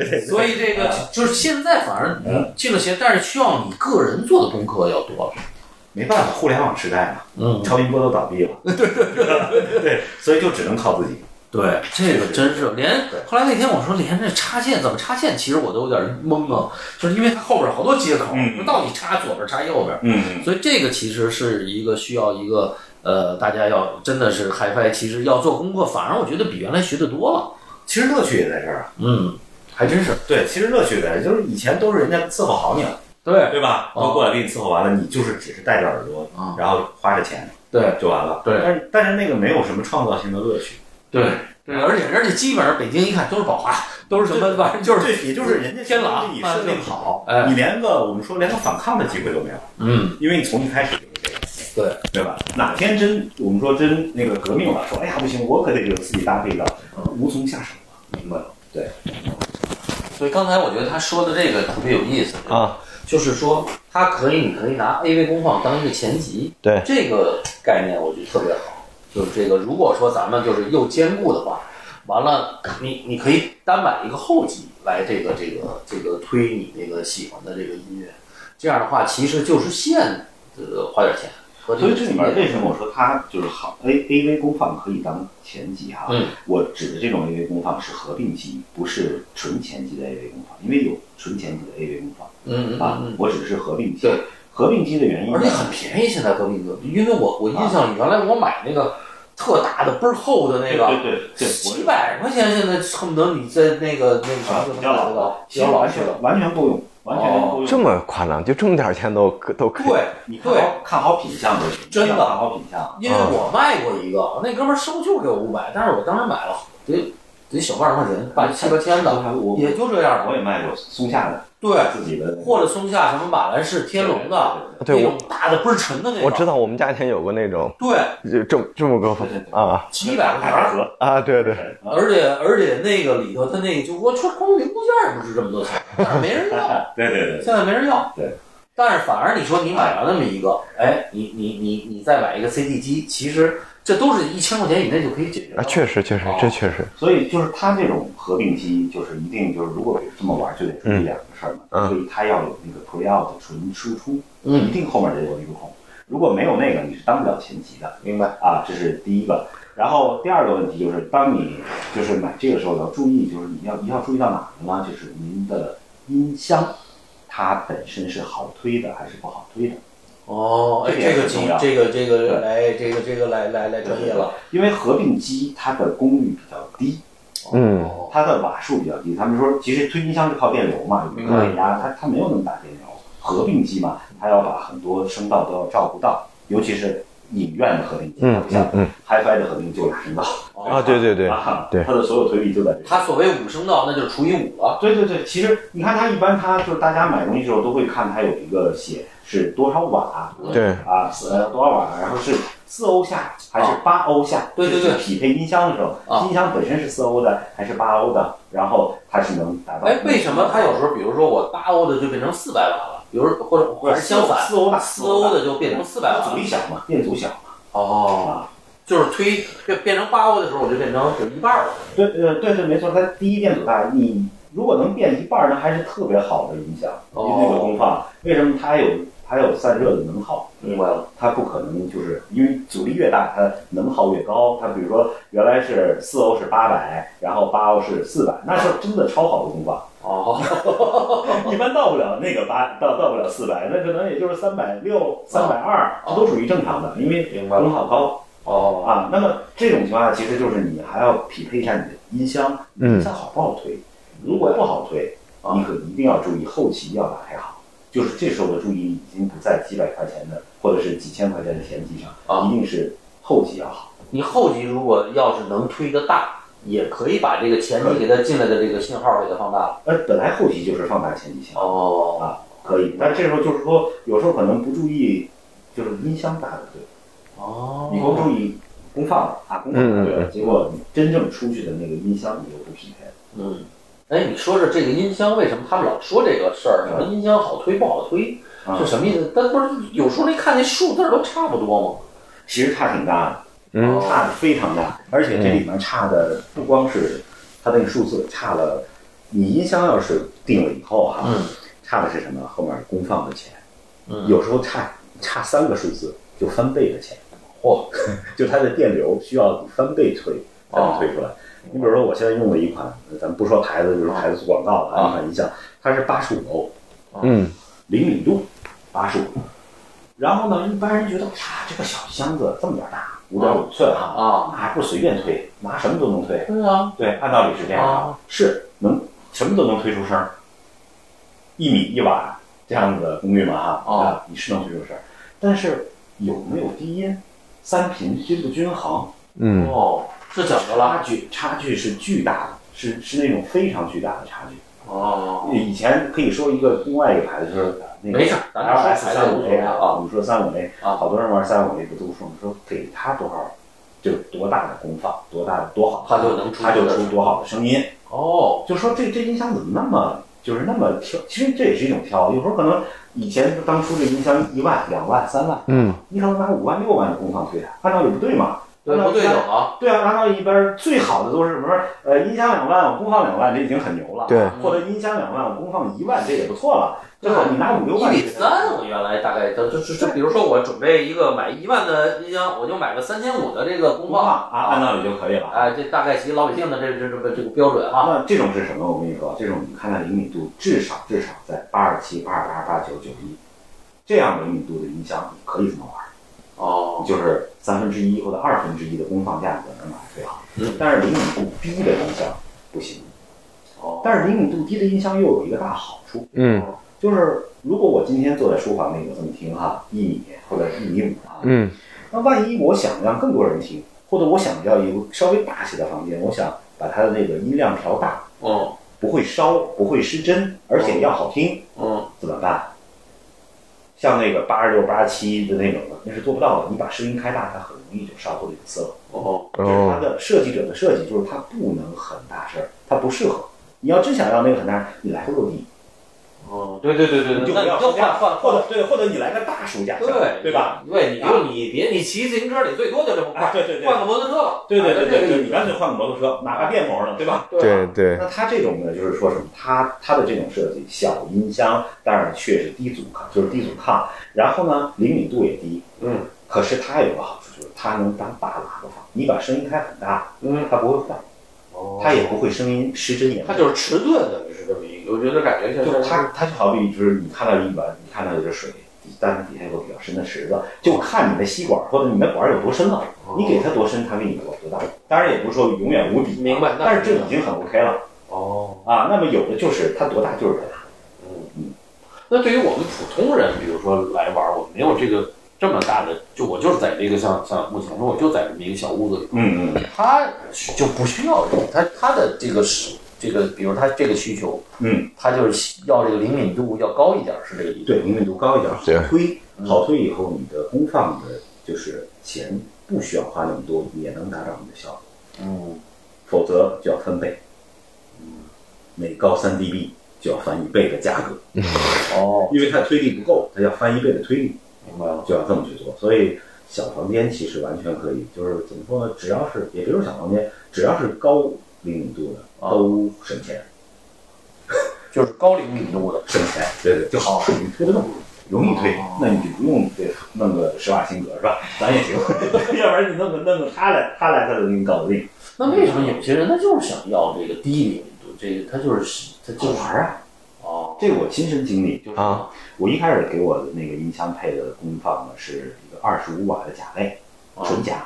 Speaker 1: 对对。所以这个就是现在，反而
Speaker 3: 嗯
Speaker 1: 你进了鞋，但是需要你个人做的功课要多了。
Speaker 3: 没办法，互联网时代嘛，
Speaker 1: 嗯，
Speaker 3: 超音波都倒 闭了，对对 对，所以就只能靠自己。
Speaker 1: 对，这个真是连
Speaker 3: 对
Speaker 1: 后来那天我说连这插线怎么插线，其实我都有点懵啊，就是因为它后边好多接口，
Speaker 3: 嗯
Speaker 1: 不知道你插左边插右边。
Speaker 3: 嗯
Speaker 1: 所以这个其实是一个需要一个呃，大家要真的是 HiFi，其实要做功课，反而我觉得比原来学的多了。
Speaker 3: 其实乐趣也在这儿啊。
Speaker 1: 嗯，还真是。
Speaker 3: 对，其实乐趣在这儿，就是以前都是人家伺候好你了，
Speaker 1: 对
Speaker 3: 对吧？
Speaker 1: 哦
Speaker 3: 都过来给你伺候完了，你就是只是戴着耳朵，
Speaker 1: 啊
Speaker 3: 然后花着钱
Speaker 1: 对
Speaker 3: 就完了。
Speaker 1: 对
Speaker 3: 但是但是那个没有什么创造性的乐趣，
Speaker 1: 对对，而且而且基本上北京一看都是宝华， 都是什么，反正就是
Speaker 3: 对，也就是人家
Speaker 1: 天
Speaker 3: 了
Speaker 1: 冷，
Speaker 3: 你设定好，
Speaker 1: 哎
Speaker 3: 你连个我们说连个反抗的机会都没有，
Speaker 1: 嗯，
Speaker 3: 因为你从一开始就是这样，
Speaker 1: 对
Speaker 3: 对吧？哪天真我们说真那个革命了，说哎呀不行，我可得有自己搭配的，无从下手了。
Speaker 1: 明白了。
Speaker 3: 对，
Speaker 1: 所以刚才我觉得他说的这个特别有意思，
Speaker 2: 啊，
Speaker 1: 就是说他可以，你可以拿 AV 功放当一个前级，
Speaker 2: 对
Speaker 1: 这个概念我觉得特别好。就是这个，如果说咱们就是又兼顾的话，完了你你可以单买一个后级来这个这个这个推你那个喜欢的这个音乐，这样的话其实就是现呃花点钱和
Speaker 3: 所
Speaker 1: 个
Speaker 3: 以这里面为什么我说它就是好 A A V 功放可以当前级哈、
Speaker 1: 嗯
Speaker 3: 我指的这种 AV 功放是合并级，不是纯前级的 AV 功放，因为有纯前级的 AV 功放
Speaker 1: 嗯嗯
Speaker 3: 啊，
Speaker 1: 嗯
Speaker 3: 我指的是合并级
Speaker 1: 对。
Speaker 3: 合并机的原
Speaker 1: 嗯，
Speaker 3: 因呢
Speaker 1: 而且很便宜，现在革命哥，因为我我印象里原来我买那个特大的倍儿厚的那个，
Speaker 3: 对对对，
Speaker 1: 几百块钱现在恨不得你在那个那个
Speaker 3: 啊
Speaker 1: 什么就能买得到，比
Speaker 3: 其实
Speaker 1: 较老
Speaker 3: 完
Speaker 1: 式的。
Speaker 3: 全完全够用，完全够用。
Speaker 2: 这么夸张，就这么点钱都都可以。
Speaker 1: 对，
Speaker 3: 你看好看好品相就行，
Speaker 1: 真的
Speaker 3: 一定要看好品相。
Speaker 1: 因为
Speaker 2: 啊
Speaker 1: 我卖过一个，那哥们儿收就给我五百，但是我当时买了得得小万来块钱，八七八千的，
Speaker 3: 我
Speaker 1: 也就这样
Speaker 3: 我
Speaker 1: 的。
Speaker 3: 也卖过松下的，
Speaker 1: 对，
Speaker 3: 自己的
Speaker 1: 或者松下什么马兰士、天龙的，
Speaker 2: 对
Speaker 1: 那
Speaker 2: 我
Speaker 1: 种大的倍儿沉的那个，
Speaker 2: 我知道我们家以前有过那种，
Speaker 1: 对，
Speaker 2: 就这么这么个
Speaker 3: 对对对
Speaker 2: 啊
Speaker 1: 几百块
Speaker 3: 大
Speaker 1: 钱
Speaker 3: 百
Speaker 1: 儿，
Speaker 3: 合，
Speaker 2: 啊，对对，
Speaker 1: 而且而且那个里头，它那个就我说光零部件儿也不值这么多钱，但是没人要，
Speaker 3: 对对对，
Speaker 1: 现在没人要。
Speaker 3: 对。
Speaker 1: 但是反而你说你买了那么一个，哎，你你你你再买一个 CD 机，其实这都是一千块钱以内就可以解决的。
Speaker 2: 啊，确实确实，这确实，
Speaker 3: 所以就是他这种合并机，就是一定就是如果这么玩，就得注意两个事儿嘛。
Speaker 2: 嗯
Speaker 3: 所以它要有那个 pre-out 纯输出，
Speaker 1: 嗯
Speaker 3: 一定后面得有一个孔。如果没有那个，你是当不了前级的
Speaker 1: 明白。
Speaker 3: 啊，这是第一个。然后第二个问题就是，当你就是买这个时候要注意，就是你要一定要注意到哪个呢？就是您的音箱，它本身是好推的还是不好推的？
Speaker 1: 哦，哎，
Speaker 3: 这
Speaker 1: 这
Speaker 3: 个
Speaker 1: 个
Speaker 3: 很
Speaker 1: 机
Speaker 3: 重要，
Speaker 1: 这个这个，
Speaker 3: 对
Speaker 1: 哎，这个这个来来来专业了。
Speaker 3: 因为合并机它的功率比较低，
Speaker 2: 嗯
Speaker 1: 哦
Speaker 3: 它的瓦数比较低。他们说，其实推音箱是靠电流嘛，有
Speaker 1: 明
Speaker 2: 白
Speaker 3: 电压，它它没有那么大电流。合并机嘛，它要把很多声道都要照顾到，尤其是影院的合并机，它
Speaker 2: 嗯
Speaker 3: 不像
Speaker 2: 嗯嗯
Speaker 3: HiFi 的合并就俩声道
Speaker 2: 啊，对对对，
Speaker 3: 啊，
Speaker 2: 对
Speaker 3: 它的所有推力就在这。
Speaker 1: 它哦所谓五声道，那就是除以五了。
Speaker 3: 对对对，其实你看它一般，它就是大家买东西的时候都会看它有一个写是多少瓦，
Speaker 2: 对
Speaker 3: 啊，四呃多少瓦，然后是四欧下还是八欧
Speaker 1: 哦
Speaker 3: 下？
Speaker 1: 对对对
Speaker 3: 就是匹配音箱的时候，
Speaker 1: 啊
Speaker 3: 音箱本身是四欧的还是八欧的，然后它是能达到。
Speaker 1: 哎，为什么它有时候，比如说我八欧的就变成四百瓦了，比如或者或者相反，
Speaker 3: 四欧大
Speaker 1: 四欧的就变成四百瓦
Speaker 3: 阻
Speaker 1: 了
Speaker 3: 力。小嘛，电阻小嘛。啊
Speaker 1: 哦，就是推变变成八欧的时候，我就变成就一半儿了。
Speaker 3: 对，呃，对对，没错，它第一电阻大，你如果能变一半儿，那还是特别好的音响，
Speaker 1: 哦
Speaker 3: 因为那个功放。为什么它有它有散热的能耗？
Speaker 1: 明白了。
Speaker 3: 它不可能就是因为阻力越大，它能耗越高。它比如说原来是四欧是八百，然后八欧是四百，那是真的超好的功 放。
Speaker 1: 哦，
Speaker 3: 一般到不了那个八，到到不了四百，那可能也就是三百六、三百二，这都属于正常的，因为
Speaker 1: 哦明白了。
Speaker 3: 功耗高
Speaker 1: 哦，
Speaker 3: 啊。那么这种情况下，其实就是你还要匹配一下你的音箱，
Speaker 2: 嗯
Speaker 3: 音箱好不好推？如果不好推，啊你可一定要注意后期要打开好。就是这时候的注意力已经不在几百块钱的或者是几千块钱的前期上，
Speaker 1: 啊
Speaker 3: 一定是后期要好。
Speaker 1: 你后级如果要是能推得大，也可以把这个前级给它进来的这个信号给它放大了。
Speaker 3: 呃，本来后期就是放大前期性
Speaker 1: 哦，
Speaker 3: 可以，但这时候就是说，有时候可能不注意，就是音箱大的对。
Speaker 1: 哦
Speaker 3: 你光注意功放了啊，功放
Speaker 2: 嗯
Speaker 3: 了
Speaker 2: 嗯
Speaker 3: 对了，结果你真正出去的那个音箱你就不匹配了。
Speaker 1: 嗯，哎，你说说这个音箱为什么他们老说这个事儿？什
Speaker 3: 嗯
Speaker 1: 么音箱好推不好推，
Speaker 3: 啊
Speaker 1: 是什么意思？但不是有时候那看那数字儿都差不多吗？
Speaker 3: 其实差挺大的，
Speaker 2: 嗯
Speaker 3: 差的非常大，而且这里面差
Speaker 1: 嗯
Speaker 3: 的不光是它那个数字差了，你音箱要是定了以后哈、
Speaker 1: 嗯
Speaker 3: 差的是什么？后面功放的钱，
Speaker 1: 嗯
Speaker 3: 有时候差差三个数字就翻倍的钱，
Speaker 1: 嚯，
Speaker 3: 就它的电流需要你翻倍推才
Speaker 1: 哦
Speaker 3: 能推出来。你比如说，我现在用的一款，咱们不说牌子，就是牌子做广告
Speaker 1: 哦
Speaker 3: 了啊，一款音箱，它是八十五欧，
Speaker 2: 嗯
Speaker 3: 邻里路八十五。然后呢，一般人觉得，哎呀，这个小箱子这么点儿大，五点五寸哈，
Speaker 1: 啊
Speaker 3: 那还不随便推，拿什么都能推。
Speaker 1: 对啊，
Speaker 3: 对，按道理是这样
Speaker 1: 啊
Speaker 3: 的，是能什么都能推出声儿，一米一瓦这样子的功率嘛哈，
Speaker 1: 哦
Speaker 3: 啊，你是能推出声儿，但是有没有低音，三频均不均衡，
Speaker 2: 嗯
Speaker 1: 哦，是讲究了
Speaker 3: 差距差距是巨大的，是是那种非常巨大的差距。
Speaker 1: 哦，
Speaker 3: 以前可以说一个另外一个牌子，就是那个
Speaker 1: 没事儿咱俩说
Speaker 3: LS
Speaker 1: 牌子
Speaker 3: 三五
Speaker 1: 无所谓
Speaker 3: A
Speaker 1: 啊
Speaker 3: 我们说三五 A
Speaker 1: 啊
Speaker 3: 好多人玩三五 A 不都说，我们说给他多少，就是多大的功放，多大的多好，
Speaker 1: 他就能出
Speaker 3: 他就出多好的声音。
Speaker 1: 哦，
Speaker 3: 就说这这音箱怎么那么就是那么挑？其实这也是一种挑，有时候可能以前当初这音箱一万、两万、三万，
Speaker 2: 嗯
Speaker 3: 你可能拿五万、六万的功放推它，按道理不对嘛？
Speaker 1: 对不对等啊？
Speaker 3: 对啊，拿到一边最好的都是什么？呃，音箱两万，我功放两万，这已经很牛了。啊
Speaker 2: 对
Speaker 3: 或者音箱两万，我功放一万，这也不错了。正好你拿五六
Speaker 1: 一
Speaker 3: 万，
Speaker 1: 比三，我原来大概都就就就比如说我准备一个买一万的音箱，我就买个三千五的这个
Speaker 3: 功
Speaker 1: 功
Speaker 3: 放
Speaker 1: 放，
Speaker 3: 啊，按道理就可以了。
Speaker 1: 哎，这大概其老百姓的这这这个这个标准啊，
Speaker 3: 那这种是什么？我跟你说，这种你看它灵敏度至少至少在八二七、八二八、八九、九一这样灵敏度的音箱，你可以这么玩。
Speaker 1: 哦，
Speaker 3: 就是三分之一或者二分之一的功放价格能买最好。
Speaker 1: 嗯
Speaker 3: 但是灵敏度低的音箱不行。
Speaker 1: 哦
Speaker 3: 但是灵敏度低的音箱又有一个大好处，
Speaker 2: 嗯
Speaker 3: 就是如果我今天坐在书房里，我这么听哈，一米或者一米五啊，
Speaker 2: 嗯
Speaker 3: 那万一我想让更多人听，或者我想要一个稍微大些的房间，我想把它的这个音量调大，
Speaker 1: 哦，
Speaker 3: 不会烧，不会失真，而且要好听，
Speaker 1: 嗯，
Speaker 3: 怎么办？像那个八十六、八十七的那种的，那是做不到的。你把声音开大，它很容易就烧或者有色了。
Speaker 1: 哦，
Speaker 3: 这是它
Speaker 2: 哦
Speaker 3: 的设计者的设计，就是它不能很大声，它不适合。你要真想要那个很大，你来个落地，
Speaker 1: 哦，对对对对，
Speaker 3: 你就
Speaker 1: 那
Speaker 3: 不
Speaker 1: 你
Speaker 3: 要
Speaker 1: 就
Speaker 3: 书架
Speaker 1: 换换
Speaker 3: 或
Speaker 1: 换，
Speaker 3: 者对，或者你来个大书架箱，
Speaker 1: 对啊
Speaker 3: 对吧？？
Speaker 1: 对，你就你别你骑自行车里最多就这么快，
Speaker 3: 啊对对对
Speaker 1: 换个摩托车吧，
Speaker 3: 对对对
Speaker 1: 啊
Speaker 3: 对
Speaker 1: 就这
Speaker 3: 对，
Speaker 1: 个
Speaker 3: 你
Speaker 1: 意
Speaker 3: 干脆换个摩托车，哪怕电摩呢，对吧？
Speaker 1: 思对吧
Speaker 2: 对，
Speaker 3: 那它这种呢，就是说什么？它它的这种设计，小音箱当然确实低阻抗，就是低阻抗，然后呢，灵敏度也低，
Speaker 1: 嗯，
Speaker 3: 可是它有个好处，就是它能当大喇叭放，你把声音开很大，
Speaker 1: 嗯，
Speaker 3: 它不会坏，
Speaker 1: 哦
Speaker 3: 它也不会声音失真也不
Speaker 1: 它
Speaker 3: 会。
Speaker 1: 就是迟钝的，是这么一个，我觉得感觉像
Speaker 3: 就是它它就好比就是你看到一碗，你看到有点水，但是底下有个比较深的池子，就看你的吸管或者你的管有多深了，
Speaker 1: 哦
Speaker 3: 你给它多深，它给你多大。当然也不是说永远无底，
Speaker 1: 明白那
Speaker 3: 但是
Speaker 1: 肯
Speaker 3: 这
Speaker 1: 定
Speaker 3: 已经很 OK 了。
Speaker 1: 哦。
Speaker 3: 啊，那么有的就是它多大就是多大，
Speaker 1: 那对于我们普通人，比如说来玩，我没有这个这么大的，就我就是在这个像像目前说，我就在这么一个小屋子里。
Speaker 3: 嗯嗯
Speaker 1: 他就不需要这个，他他的这个是这个，比如他这个需求，
Speaker 3: 嗯，
Speaker 1: 他就是要这个灵敏度要高一点，是这个意思。
Speaker 3: 对，灵敏度高一点，
Speaker 2: 对
Speaker 3: 好推，好推以后你的功放的就是钱不需要花那么多，也能达到你的效果，
Speaker 1: 嗯，
Speaker 3: 否则就要翻倍，嗯，每高三 dB 就要翻一倍的价格，
Speaker 1: 哦，
Speaker 3: 因为它推力不够，它要翻一倍的推力，
Speaker 1: 明白了。
Speaker 3: 就要这么去做，所以。小房间其实完全可以，就是怎么说呢？只要是也别说小房间，只要是高灵敏度的
Speaker 1: 啊
Speaker 3: 都省钱，
Speaker 1: 就是高灵敏度的，
Speaker 3: 省钱，对对，就好，哦你推得动，容易推，那你就不用对弄个施瓦辛格是吧？咱也行， 要不然你弄个弄个他来，他来他就给你搞定，
Speaker 1: 那为什么有
Speaker 2: 嗯
Speaker 1: 些人他就是想要这个低灵敏度？这个他就是他
Speaker 3: 好
Speaker 1: 就是
Speaker 3: 玩啊！
Speaker 1: 哦，
Speaker 3: 这个我亲身经历，就是
Speaker 2: 啊
Speaker 3: 我一开始给我的那个音箱配的功放呢是一个二十五瓦的甲类，
Speaker 1: 哦
Speaker 3: 纯甲，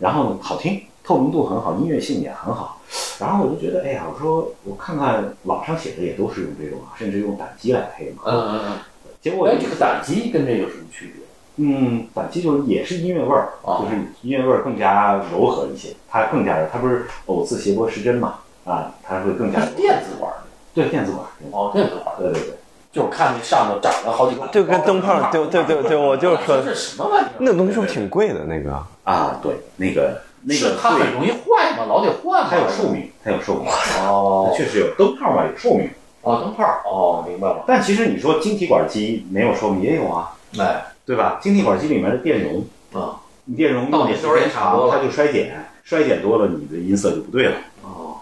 Speaker 3: 然后呢好听，透明度很好，音乐性也很好，然后我就觉得，哎呀，我说我看看网上写的也都是用这种啊，甚至用胆机来配嘛，
Speaker 1: 嗯嗯嗯。
Speaker 3: 结果
Speaker 1: 哎，这个胆机跟这有什么区别？
Speaker 3: 嗯，反击就是也是音乐味儿，
Speaker 1: 哦
Speaker 3: 就是音乐味儿更加柔和一些，它更加它不是偶字谐波失真嘛，啊，它会更加
Speaker 1: 它是电子管儿的。
Speaker 3: 对电子管儿，对
Speaker 1: 哦，电子管儿的，
Speaker 3: 对对对，
Speaker 1: 就是看那上头长了好几个。
Speaker 2: 就跟灯泡，对对对对，我就是说
Speaker 1: 这，是什么玩意儿？
Speaker 2: 那东西是不是挺贵的那个？
Speaker 3: 啊对，那个那
Speaker 1: 是
Speaker 3: 个
Speaker 1: 它
Speaker 3: 对
Speaker 1: 很容易坏吗？老得换吗？
Speaker 3: 它有寿命，它有寿命，
Speaker 2: 啊
Speaker 3: 它
Speaker 1: 哦
Speaker 3: 确实有灯泡嘛有寿命，
Speaker 1: 哦，灯泡儿哦，明白了。
Speaker 3: 但其实你说晶体管机没有寿命也有啊，
Speaker 1: 哎，
Speaker 3: 对吧？晶体管机里面的电容
Speaker 1: 啊，
Speaker 3: 你电容
Speaker 1: 到
Speaker 3: 用的时
Speaker 1: 年头
Speaker 3: 间
Speaker 1: 也差不多
Speaker 3: 长，
Speaker 1: 了
Speaker 3: 它就衰减，衰减多了你的音色就不对了，
Speaker 1: 哦，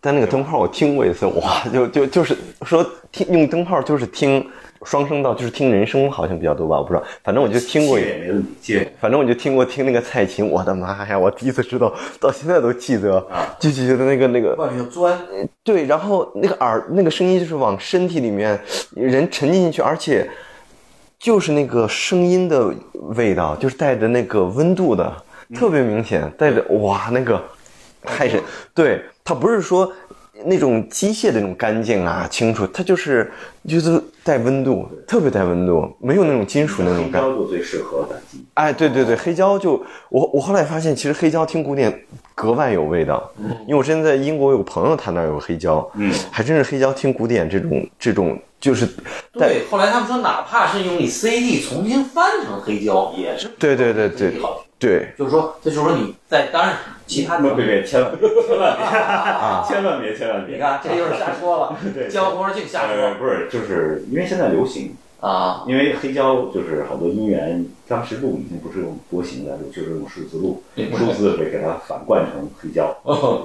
Speaker 2: 但那个灯泡我听过一次，哇，就就就是说听用灯泡就是听双声道，就是听人声好像比较多吧，我不知道，反正我就听过一
Speaker 3: 器乐也没问题，器乐也
Speaker 2: 反正我就听过听那个蔡琴，我的妈呀！我第一次知道，到现在都记得，
Speaker 3: 啊
Speaker 2: 就就觉得那个那个
Speaker 1: 往里头钻，
Speaker 2: 对，然后那个耳那个声音就是往身体里面人沉浸进去，而且就是那个声音的味道，就是带着那个温度的，特别明显，带着哇那个太神，对，它不是说。那种机械的那种干净啊、清楚，它就是就是带温度，特别带温度，没有那种金属那种
Speaker 3: 黑
Speaker 2: 感。
Speaker 3: 胶就最适合胆机，
Speaker 2: 哎，对对对，黑胶就我我后来发现，其实黑胶听古典格外有味道，因为我之前在英国有个朋友，他那儿有黑胶，
Speaker 3: 嗯，
Speaker 2: 还真是黑胶听古典这种这种就是，对
Speaker 1: 对，后来他们说，哪怕是用你 CD 重新翻成黑胶，也是
Speaker 2: 对对对
Speaker 1: 比
Speaker 2: 对
Speaker 1: 好听。
Speaker 2: 对，
Speaker 1: 就是说，这就是说你在当然其他地
Speaker 3: 别
Speaker 1: 方
Speaker 3: 别别，千万别，千万别，
Speaker 2: 啊
Speaker 3: 千万别，千万别！
Speaker 1: 你看，这 就是瞎说了，
Speaker 3: 对，
Speaker 1: 交红人净瞎
Speaker 3: 呃
Speaker 1: 说
Speaker 3: 不是，就是因为现在流行，
Speaker 1: 啊。
Speaker 3: 因为黑胶就是好多音源，当时录已经不是用波形来录，就是用数字录，数字会给它反灌成黑胶，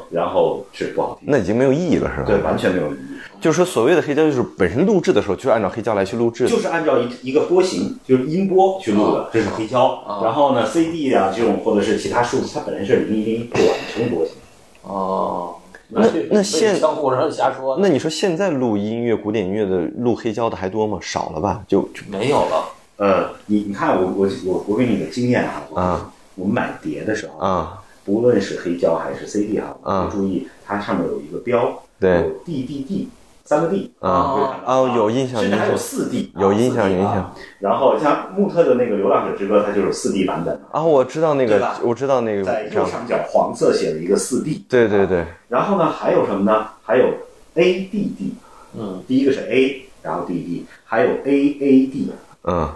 Speaker 3: 然后是不好听，
Speaker 2: 哦那已经没有意义了，是吧？
Speaker 3: 对，，完全没有意义，
Speaker 2: 就是说所谓的黑胶，就是本身录制的时候就是按照黑胶来去录制的，
Speaker 3: 就是按照一一个波形，就是音波去录
Speaker 2: 哦
Speaker 3: 的，这是黑胶
Speaker 1: 啊。
Speaker 3: 然后呢，CD 啊这种或者是其他数字，它本身是零一零转成波形，
Speaker 1: 哦，
Speaker 2: 那那现
Speaker 1: 当火车瞎说，
Speaker 2: 那你说现在录音乐、古典音乐的录黑胶的还多吗？少了吧？就就
Speaker 1: 没有了。
Speaker 2: 嗯
Speaker 3: 呃，你你看我我我我给你个经验啊，我
Speaker 2: 啊
Speaker 3: 我们买碟的时候，
Speaker 2: 啊，
Speaker 3: 不论是黑胶还是 CD 哈，我
Speaker 2: 啊
Speaker 3: 们注意它上面有一个标，
Speaker 2: 对
Speaker 3: 有 DDD 三个 D
Speaker 2: 啊
Speaker 3: 会看到
Speaker 2: 啊有印象
Speaker 3: 哦甚至还有
Speaker 2: 有印象
Speaker 3: 四 D，
Speaker 2: 有印象有印。
Speaker 3: 啊
Speaker 2: 象
Speaker 3: 4 D 啊然后像穆特的那个《流浪者之歌》，它就是四 D 版本，
Speaker 2: 啊，我知道那
Speaker 3: 对
Speaker 2: 个
Speaker 3: 吧，
Speaker 2: 我知道那个
Speaker 3: 在
Speaker 2: 文
Speaker 3: 右
Speaker 2: 章，
Speaker 3: 上角黄色写了一个四 D，
Speaker 2: 对对对，
Speaker 3: 然后呢，还有什么呢？还有 ADD，
Speaker 5: 嗯，
Speaker 3: 第一个是 A，然后 DD，还有 AAD，
Speaker 2: 嗯，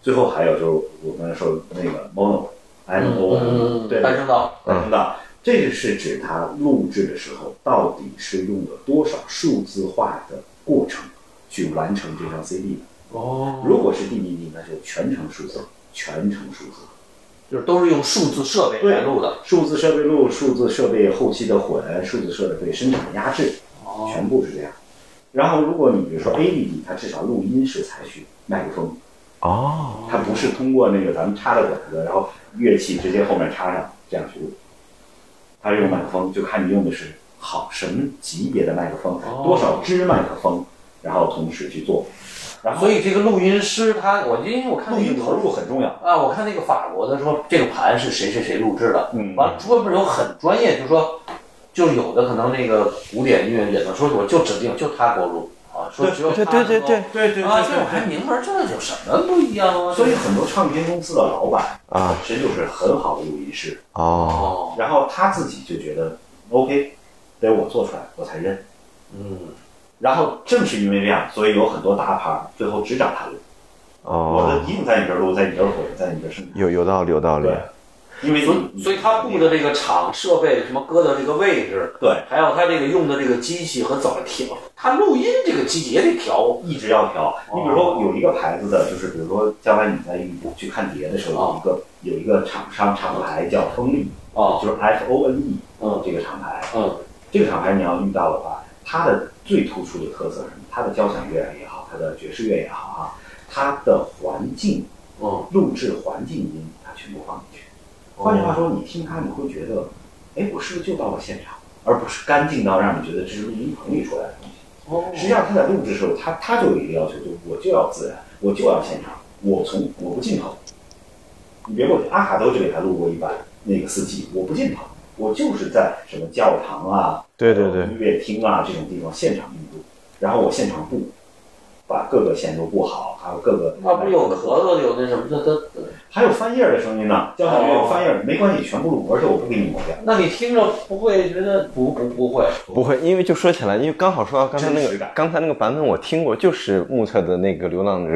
Speaker 3: 最后还有就是我们说那个 mono，M O N，
Speaker 5: 嗯，
Speaker 3: 对，
Speaker 5: 单声道，
Speaker 3: 单声道，这个是指它录制的时候到底是用了多少数字化的过程去完成这张 CD 的。
Speaker 5: 哦，
Speaker 3: 如果是 DDD，那就全程数字，全程数字。
Speaker 5: 就是都是用数字设备来录的，
Speaker 3: 数字设备录、数字设备后期的混、数字设备生产压制，全部是这样。然后，如果你比如说 ADD，它至少录音是采取麦克风，
Speaker 2: 哦，
Speaker 3: 它不是通过那个咱们插的管子，然后乐器直接后面插上这样去录，它是用麦克风，就看你用的是好什么级别的麦克风，多少支麦克风，然后同时去做。然后，
Speaker 5: 所以这个录音师他，我因为我看
Speaker 3: 录
Speaker 5: 那个
Speaker 3: 音投入很重要。
Speaker 5: 啊，我看那个法国的说这个盘是谁谁谁录制的，
Speaker 3: 嗯
Speaker 5: 完了专门有很专业，就是说，就是有的可能那个古典音乐演奏说我就指定就他给我录啊，说只有他
Speaker 2: 对对对
Speaker 5: 能够
Speaker 2: 对
Speaker 3: 对对
Speaker 5: 啊，这我还明白这有什么不一样啊？
Speaker 3: 所以很多唱片公司的老板本
Speaker 2: 啊
Speaker 3: 身就是很好的录音师，
Speaker 2: 哦，
Speaker 5: 哦，
Speaker 3: 然后他自己就觉得 OK，得我做出来我才认。
Speaker 5: 嗯，
Speaker 3: 然后正是因为这样，所以有很多大牌最后只找他录。我的
Speaker 2: 哦，
Speaker 3: 一定在你这儿录，在你这儿混，在你这儿生产。
Speaker 2: 有有道理有道理
Speaker 3: 对，，因为
Speaker 5: 所以所以他布的这个场设备什么搁的这个位置，
Speaker 3: 对
Speaker 5: 还有他这个用的这个机器和怎么调，他录音这个机器也得调
Speaker 3: 一直要调。
Speaker 5: 哦
Speaker 3: 你比如说有一个牌子的，就是比如说将来你在去看碟的时候，
Speaker 5: 哦
Speaker 3: 有一个有一个厂商厂牌叫风力，
Speaker 5: 啊，
Speaker 3: 就是 F O N E，
Speaker 5: 嗯
Speaker 3: 这个厂牌，
Speaker 5: 嗯，
Speaker 3: 这个厂牌你要遇到的话，它的最突出的特色是什么？它的交响乐也好，它的爵士乐也好啊，它的环境，
Speaker 5: 嗯，
Speaker 3: 录制环境音它全部放进去。换句话说，你听它你会觉得，哎，我是不是就到了现场，而不是干净到让你觉得这是录音棚里出来的东西。
Speaker 5: 哦
Speaker 3: 实际上他在录制的时候，他他就有一个要求，就是我就要自然，我就要现场，我从我不进棚。你别过去，阿卡都就给他录过一版那个四季，我不进棚，我就是在什么教堂啊、
Speaker 2: 对对对
Speaker 3: 音乐厅啊这种地方现场录，然后我现场布，把各个线都布好，还有各个
Speaker 5: 他不是有咳嗽有那什么，他他
Speaker 3: 还有翻页儿的声音呢，交响乐有翻页儿，没关系，全部录，而且我不给你抹掉。
Speaker 5: 那你听着不会觉得不不不会，
Speaker 2: 不会，因为就说起来，因为刚好说到刚才那
Speaker 3: 真实
Speaker 2: 个
Speaker 3: 感
Speaker 2: 刚才那个版本我听过，就是目测的那个《流浪者》，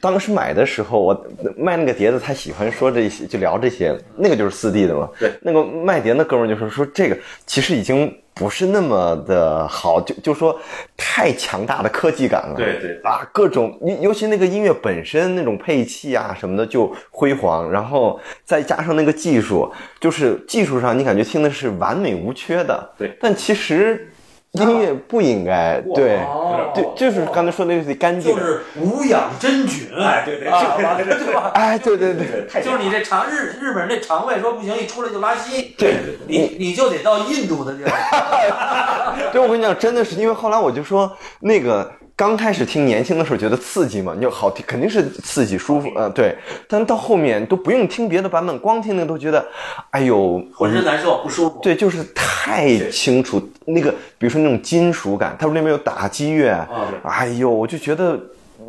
Speaker 2: 当时买的时候我卖那个碟子，他喜欢说这些，就聊这些，那个就是四 D 的嘛。
Speaker 3: 对，
Speaker 2: 那个卖碟的哥们儿就说说这个其实已经不是那么的好，就就说太强大的科技感了。
Speaker 3: 对，
Speaker 2: 啊，各种，尤尤其那个音乐本身那种配器啊什么的就辉煌，然后再加上那个技术，就是技术上你感觉听的是完美无缺的，
Speaker 3: 对
Speaker 2: 但其实音乐不应该，对，
Speaker 5: 哦
Speaker 2: 对，就是刚才说那个干净，
Speaker 1: 就是无氧真菌，
Speaker 3: 哎，对对
Speaker 5: 啊，完了对吧？
Speaker 2: 哎，对对对，
Speaker 3: 对，太
Speaker 1: 就是你这肠日日本人这肠胃说不行，一出来就拉稀，
Speaker 2: 对，
Speaker 1: 你你就得到印度的地儿，
Speaker 2: 对，我跟你讲，真的是因为后来我就说那个。刚开始听年轻的时候觉得刺激嘛，你就好听，肯定是刺激舒服，呃，对。但到后面都不用听别的版本，光听那个都觉得，哎呦，我
Speaker 1: 浑身难受不舒服。
Speaker 2: 对，就是太清楚那个，比如说那种金属感，它不那边有打击乐，
Speaker 1: 啊
Speaker 2: 哎呦，我就觉得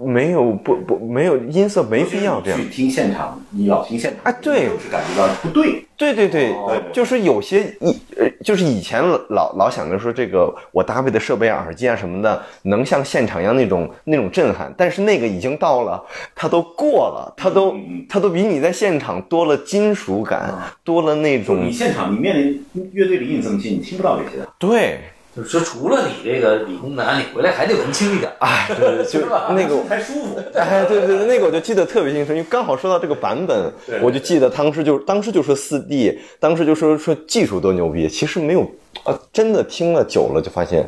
Speaker 2: 没有不不没有音色没必要这样。
Speaker 3: 去听现场，你老听现场，
Speaker 2: 啊对
Speaker 3: 你就是感觉到不对，
Speaker 2: 对对对，
Speaker 3: 哦
Speaker 2: 就是有些以呃，就是以前老老想着说这个我搭配的设备啊、耳机啊什么的，能像现场一样那种那种震撼，但是那个已经到了，它都过了，它都
Speaker 3: 嗯嗯啊
Speaker 2: 它都比你在现场多了金属感，多了那
Speaker 3: 就是你
Speaker 2: 种
Speaker 3: 现场你面临乐队离你这么近，你听不到这些的。
Speaker 2: 对，
Speaker 1: 就是说除了你这个理工男，你回来还得文青一点，
Speaker 2: 哎，对对，就那个
Speaker 3: 才舒服。
Speaker 2: 哎，对对对，那个我就记得特别清楚，因为刚好说到这个版本，我就记得当时就当时就说四 D，当时就说说技术多牛逼，其实没有啊，真的听了久了就发现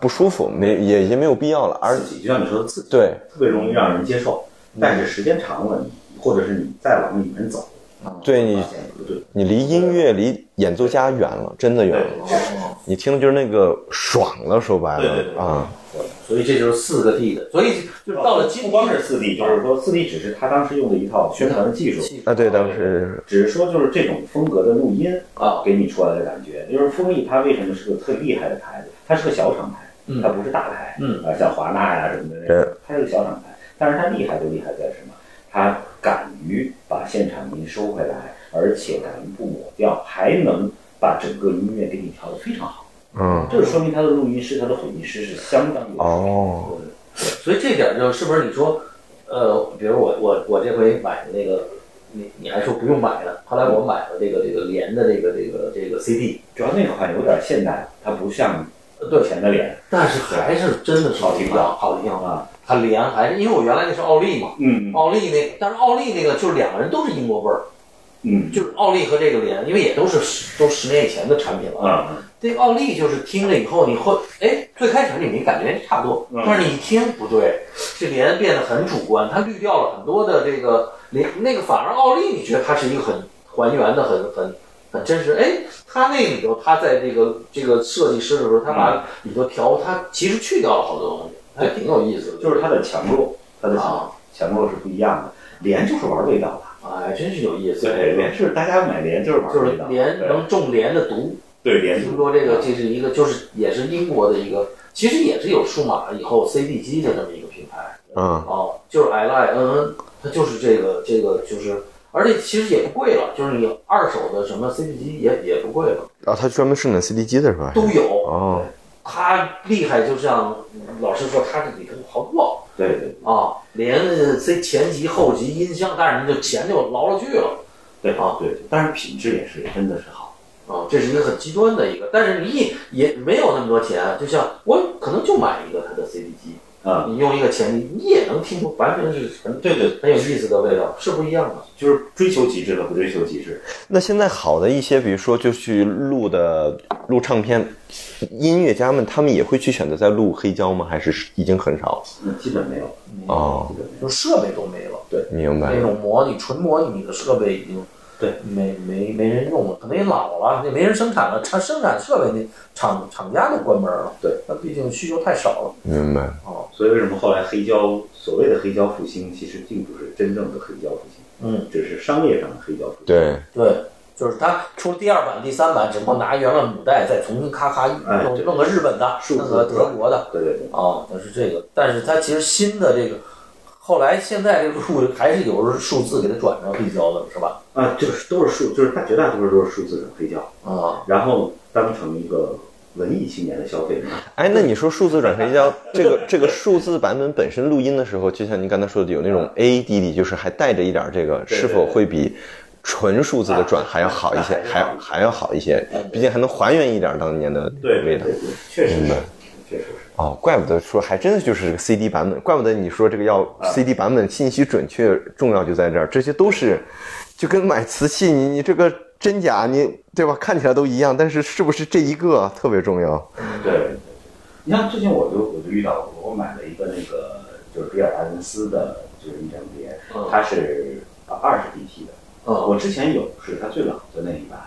Speaker 2: 不舒服，没也也没有必要了，而
Speaker 3: 而己就像你说的，自己
Speaker 2: 对
Speaker 3: 特别容易让人接受，但是时间长了，你或者是你再往里面走，
Speaker 2: 对你
Speaker 3: 发现不对，
Speaker 2: 你离音乐离演奏家远了，真的远了，你听的就是那个爽了，说白
Speaker 3: 对对对
Speaker 2: 了啊，
Speaker 3: 对
Speaker 1: 所以这就是四个 D 的，所以就是到了今
Speaker 3: 哦不光是四 D，就是说四 D 只是他当时用的一套宣传的技术，
Speaker 1: 嗯
Speaker 2: 啊，对，当时
Speaker 3: 只是说就是这种风格的录音
Speaker 1: 啊，
Speaker 3: 给你出来的感觉。就是风力它为什么是个特厉害的牌子？它是个小厂牌，它不是大牌，
Speaker 1: 嗯
Speaker 3: 啊，像华纳呀、什么的那种，它是个小厂牌。但是它厉害就厉害在什么？它敢于把现场音收回来，而且敢于不抹掉，还能把整个音乐给你调得非常好。
Speaker 2: 嗯，
Speaker 3: 这就说明他的录音师、他的混音师是相当有水平的
Speaker 2: 哦
Speaker 1: 所以这点儿就是不是你说，呃，比如我我我这回买的那个，你你还说不用买了，后来我买了这个这个连的这个这个这个 CD，
Speaker 3: 主要那款有点现代，它不像以前的脸，
Speaker 1: 但是还是真的是
Speaker 3: 好听
Speaker 1: 不一样好听啊！它连还是因为我原来那是奥利嘛，
Speaker 3: 嗯
Speaker 1: 奥利那但是奥利那个就是两个人都是英国味儿，
Speaker 3: 嗯
Speaker 1: 就是奥利和这个连，因为也都是十都十年以前的产品了啊。
Speaker 3: 啊，
Speaker 1: 这个奥利就是听了以后，你会哎，最开始你没感觉哎差不多
Speaker 3: 嗯，
Speaker 1: 但是你一听不对，这连变得很主观，它滤掉了很多的这个连那个，反而奥利你觉得它是一个很还原的、很很很真实。哎，它那里头，它在这个这个设计师的时候，他把里头调，它其实去掉了好多东西，还挺有意思的。
Speaker 3: 就是它的强弱，它的强
Speaker 1: 啊
Speaker 3: 强弱是不一样的。连就是玩味道的，
Speaker 1: 哎，真是有意思。
Speaker 3: 连是大家买连就是玩
Speaker 1: 就是
Speaker 3: 味道，
Speaker 1: 连
Speaker 3: 对
Speaker 1: 能中连的毒，
Speaker 3: 对连
Speaker 1: 听说这个这是一个，就是也是英国的一个，其实也是有数码以后 CD 机的这么一个品牌。
Speaker 2: 嗯，
Speaker 1: 哦，就是 L I N N，它就是这个这个就是，而且其实也不贵了，就是你二手的什么 C D 机也也不贵了，
Speaker 2: 啊，他专门生产 CD 机的是吧？
Speaker 1: 都有。
Speaker 2: 哦，
Speaker 1: 它厉害，就像老师说，它这里头好多
Speaker 3: 对对
Speaker 1: 啊，连 C 前级后级音箱，但是你就钱就捞了去了
Speaker 3: 对
Speaker 1: 啊
Speaker 3: 对，但是品质也是真的是好，
Speaker 1: 啊，这是一个很极端的一个，但是你也也没有那么多钱，就像我可能就买一个它的 C D 机，
Speaker 3: 啊，
Speaker 1: 你用一个前级，你也能听出完全是很
Speaker 3: 对对，
Speaker 1: 很有意思的味道，是不一样的。
Speaker 3: 就是追求极致和不追求极致，
Speaker 2: 那现在好的一些，比如说就去录的录唱片，音乐家们他们也会去选择在录黑胶吗？还是已经很少？
Speaker 3: 嗯基本没有，
Speaker 2: 哦
Speaker 3: 基，本没有。
Speaker 1: 就设备都没了，对。
Speaker 2: 明白
Speaker 1: 那。种模拟纯模拟的设备已经
Speaker 3: 对
Speaker 1: 没没没人用了，可能也老了，也没人生产了，它生产设备那厂厂家都关门了，
Speaker 3: 对，
Speaker 1: 那毕竟需求太少了。
Speaker 2: 明白，
Speaker 3: 所以为什么后来黑胶所谓的黑胶复兴，其实并不是真正的黑胶复兴，
Speaker 1: 嗯，
Speaker 3: 只是商业上的黑胶复兴。
Speaker 2: 对，
Speaker 1: 对，就是它出第二版、第三版，只不过拿原来母带再重新咔咔
Speaker 3: 哎
Speaker 1: 弄
Speaker 3: 对
Speaker 1: 弄个日本的，
Speaker 3: 数字
Speaker 1: 弄个德国的，
Speaker 3: 对对对，
Speaker 1: 哦，它是这个，但是它其实新的这个。后来现在这个数还是有人数字给它转成黑胶的，是吧？
Speaker 3: 啊，就是都是数，就是大绝大多数都是数字的黑胶，
Speaker 1: 啊、
Speaker 3: 然后当成一个文艺青年的消费者。
Speaker 2: 哎，那你说数字转黑胶这个这个数字版本本身录音的时候，就像您刚才说的，有那种 ADD，就是还带着一点这个，
Speaker 3: 对
Speaker 2: 是否会比纯数字的转还要好一些，
Speaker 3: 那
Speaker 2: 还
Speaker 3: 还
Speaker 2: 还要好一些，毕竟还能还原一点当年的味
Speaker 3: 对
Speaker 2: 道
Speaker 3: 对。，嗯确实是，确实是。
Speaker 2: 哦，怪不得说还真的就是这个 CD 版本，怪不得你说这个要 CD 版本信息准确重要就在这儿，这些都是就跟买瓷器，你你这个真假你对吧？看起来都一样，但是是不是这一个特别重要？
Speaker 3: 对对对。你像最近我就我就遇到过，我买了一个那个就是比尔达文斯的，就是一张碟，它是呃二十 DT 的。
Speaker 1: 嗯
Speaker 3: 啊我之前有是它最老的那一版，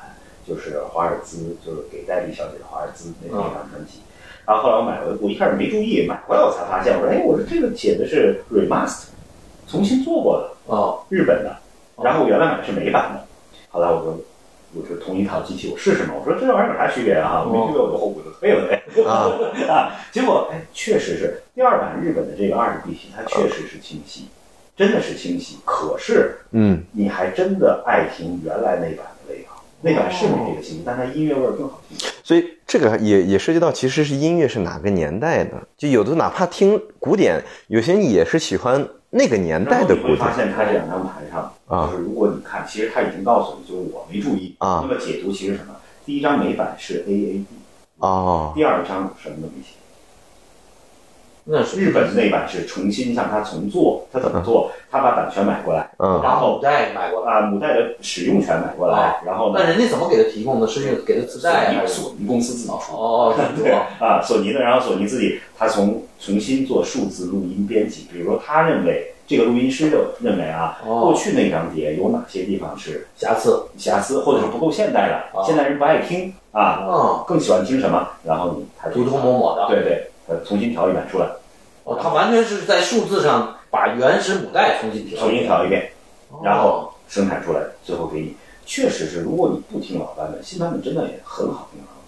Speaker 3: 就是华尔兹，就是给戴笠小姐的华尔兹那那张专辑。然后后来我买回，我一开始没注意，买回来我才发现，我说哎，我说这个写的是 remaster，重新做过的。
Speaker 1: 哦，
Speaker 3: 日本的，
Speaker 1: 哦
Speaker 3: 然后我原来买的是美版的，后来我就我就同一套机器我试试嘛，我说这玩意儿有啥区别啊？没区别我就后悔就退了呗。
Speaker 2: 哦啊
Speaker 3: 啊，结果哎，确实是第二版日本的这个二十 B 体，它确实是清晰，真的是清晰。可是
Speaker 2: 嗯，
Speaker 3: 你还真的爱听原来那版的味道，那版是没这个
Speaker 2: 哦
Speaker 3: 清晰，但它音乐味儿更好听。
Speaker 2: 所以这个也也涉及到其实是音乐是哪个年代的，就有的哪怕听古典，有些人也是喜欢那个年
Speaker 3: 然
Speaker 2: 代
Speaker 3: 后
Speaker 2: 的
Speaker 3: 你
Speaker 2: 古
Speaker 3: 会
Speaker 2: 典
Speaker 3: 发。现它这两张牌上，
Speaker 2: 啊
Speaker 3: 就是如果你看，其实它已经告诉你，就是我没注意
Speaker 2: 啊
Speaker 3: 那么解读其实什么？第一张美版是 A A D，
Speaker 2: 哦，
Speaker 3: 第二张什么都没写。
Speaker 1: 那是
Speaker 3: 日本那版是重新让他重做，他怎么做？他把版权买过来，
Speaker 2: 嗯，
Speaker 1: 然后再买过来，
Speaker 3: 啊，母带的使用权买过来，然后
Speaker 1: 那
Speaker 3: 呢，
Speaker 1: 人家怎么给他提供的？是给他自
Speaker 3: 索
Speaker 1: 带还
Speaker 3: 尼
Speaker 1: 是？
Speaker 3: 索尼公司自己出
Speaker 1: 哦，对，
Speaker 3: 啊，索尼的，然后索尼自己他从重新做数字录音编辑，比如说他认为这个录音师就认为啊，
Speaker 1: 哦
Speaker 3: 过去那张碟有哪些地方是
Speaker 1: 瑕疵。
Speaker 3: 瑕疵，或者是不够现代的，
Speaker 1: 哦
Speaker 3: 现代人不爱听啊，
Speaker 1: 嗯，
Speaker 3: 更喜欢听什么？然后你他就
Speaker 1: 涂
Speaker 3: 啊
Speaker 1: 涂抹抹的。
Speaker 3: 对对，呃，重新调一版出来。
Speaker 1: 哦，它完全是在数字上把原始母带重新调，哦
Speaker 3: 重新调一遍，然后生产出来，最后给你。确实是，如果你不听老版本，新版本真的也很好听，很好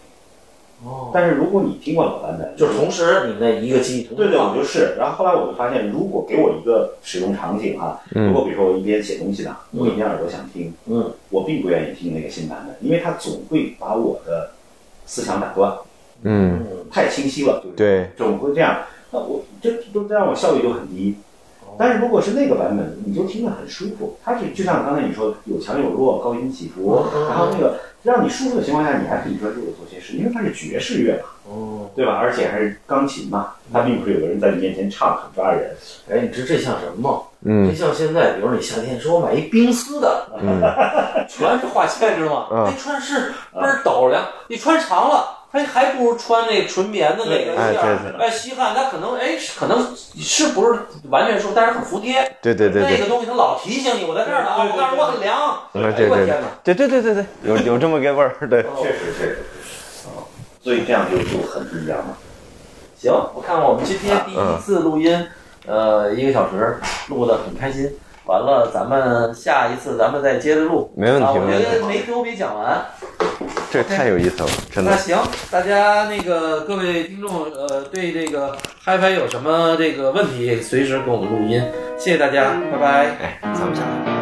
Speaker 3: 听。哦。但是如果你听过老版本，
Speaker 1: 就是同时你那一个机器同时
Speaker 3: 对对，我就是。然后后来我就发现，如果给我一个使用场景哈、
Speaker 2: 嗯
Speaker 3: 如果比如说我一边写东西呢，我一边耳朵想听，
Speaker 1: 嗯，
Speaker 3: 我并不愿意听那个新版本，因为它总会把我的思想打断，
Speaker 2: 嗯，
Speaker 3: 太清晰了，就是
Speaker 2: 对，
Speaker 3: 总会这样。那我这都这样，我效率就很低。但是如果是那个版本，你就听得很舒服。它是就像刚才你说，有强有弱，高音起伏，然后那个让你舒服的情况下，你还可以说这个做些事，因为它是爵士乐嘛，
Speaker 1: 哦，
Speaker 3: 对吧？而且还是钢琴嘛，它并不是有个人在你面前唱很抓人。
Speaker 1: 哎，你知这像什么吗？这
Speaker 2: 嗯
Speaker 1: 像现在，比如你夏天说我买一冰丝的，
Speaker 2: 嗯，
Speaker 1: 全是画线知道
Speaker 2: 嗯
Speaker 1: 吗？那穿是倍儿陡凉，你穿长了，它还不如穿那纯棉的那个
Speaker 2: 哎
Speaker 1: 线
Speaker 2: 对
Speaker 1: 儿，哎，吸汗，它可能哎是可能是不是完全舒服，但是很服帖。
Speaker 2: 对对对
Speaker 1: 那
Speaker 2: 对
Speaker 1: 个东西它老提醒你，我在这儿呢啊，我告诉你我很凉。
Speaker 2: 嗯
Speaker 1: 哎
Speaker 2: 对
Speaker 1: 呦我
Speaker 2: 对
Speaker 1: 天哪！
Speaker 2: 对对对对对，有有这么个味儿，对，
Speaker 3: 确实是，哦，所以这样就就很不一样了。
Speaker 1: 行，我看我们今天第一次录音，呃，一个小时，录的很开心。完了，咱们下一次咱们再接着录。
Speaker 2: 没问题
Speaker 1: 啊我觉
Speaker 2: 没问
Speaker 1: 得没跟我没讲完。
Speaker 2: 这太有意思了，真
Speaker 1: 那
Speaker 2: 的。
Speaker 1: 行，大家那个各位听众，呃，对这个嗨翻有什么这个问题，随时跟我们录音。谢谢大家，拜拜。
Speaker 2: 哎，咱们下来。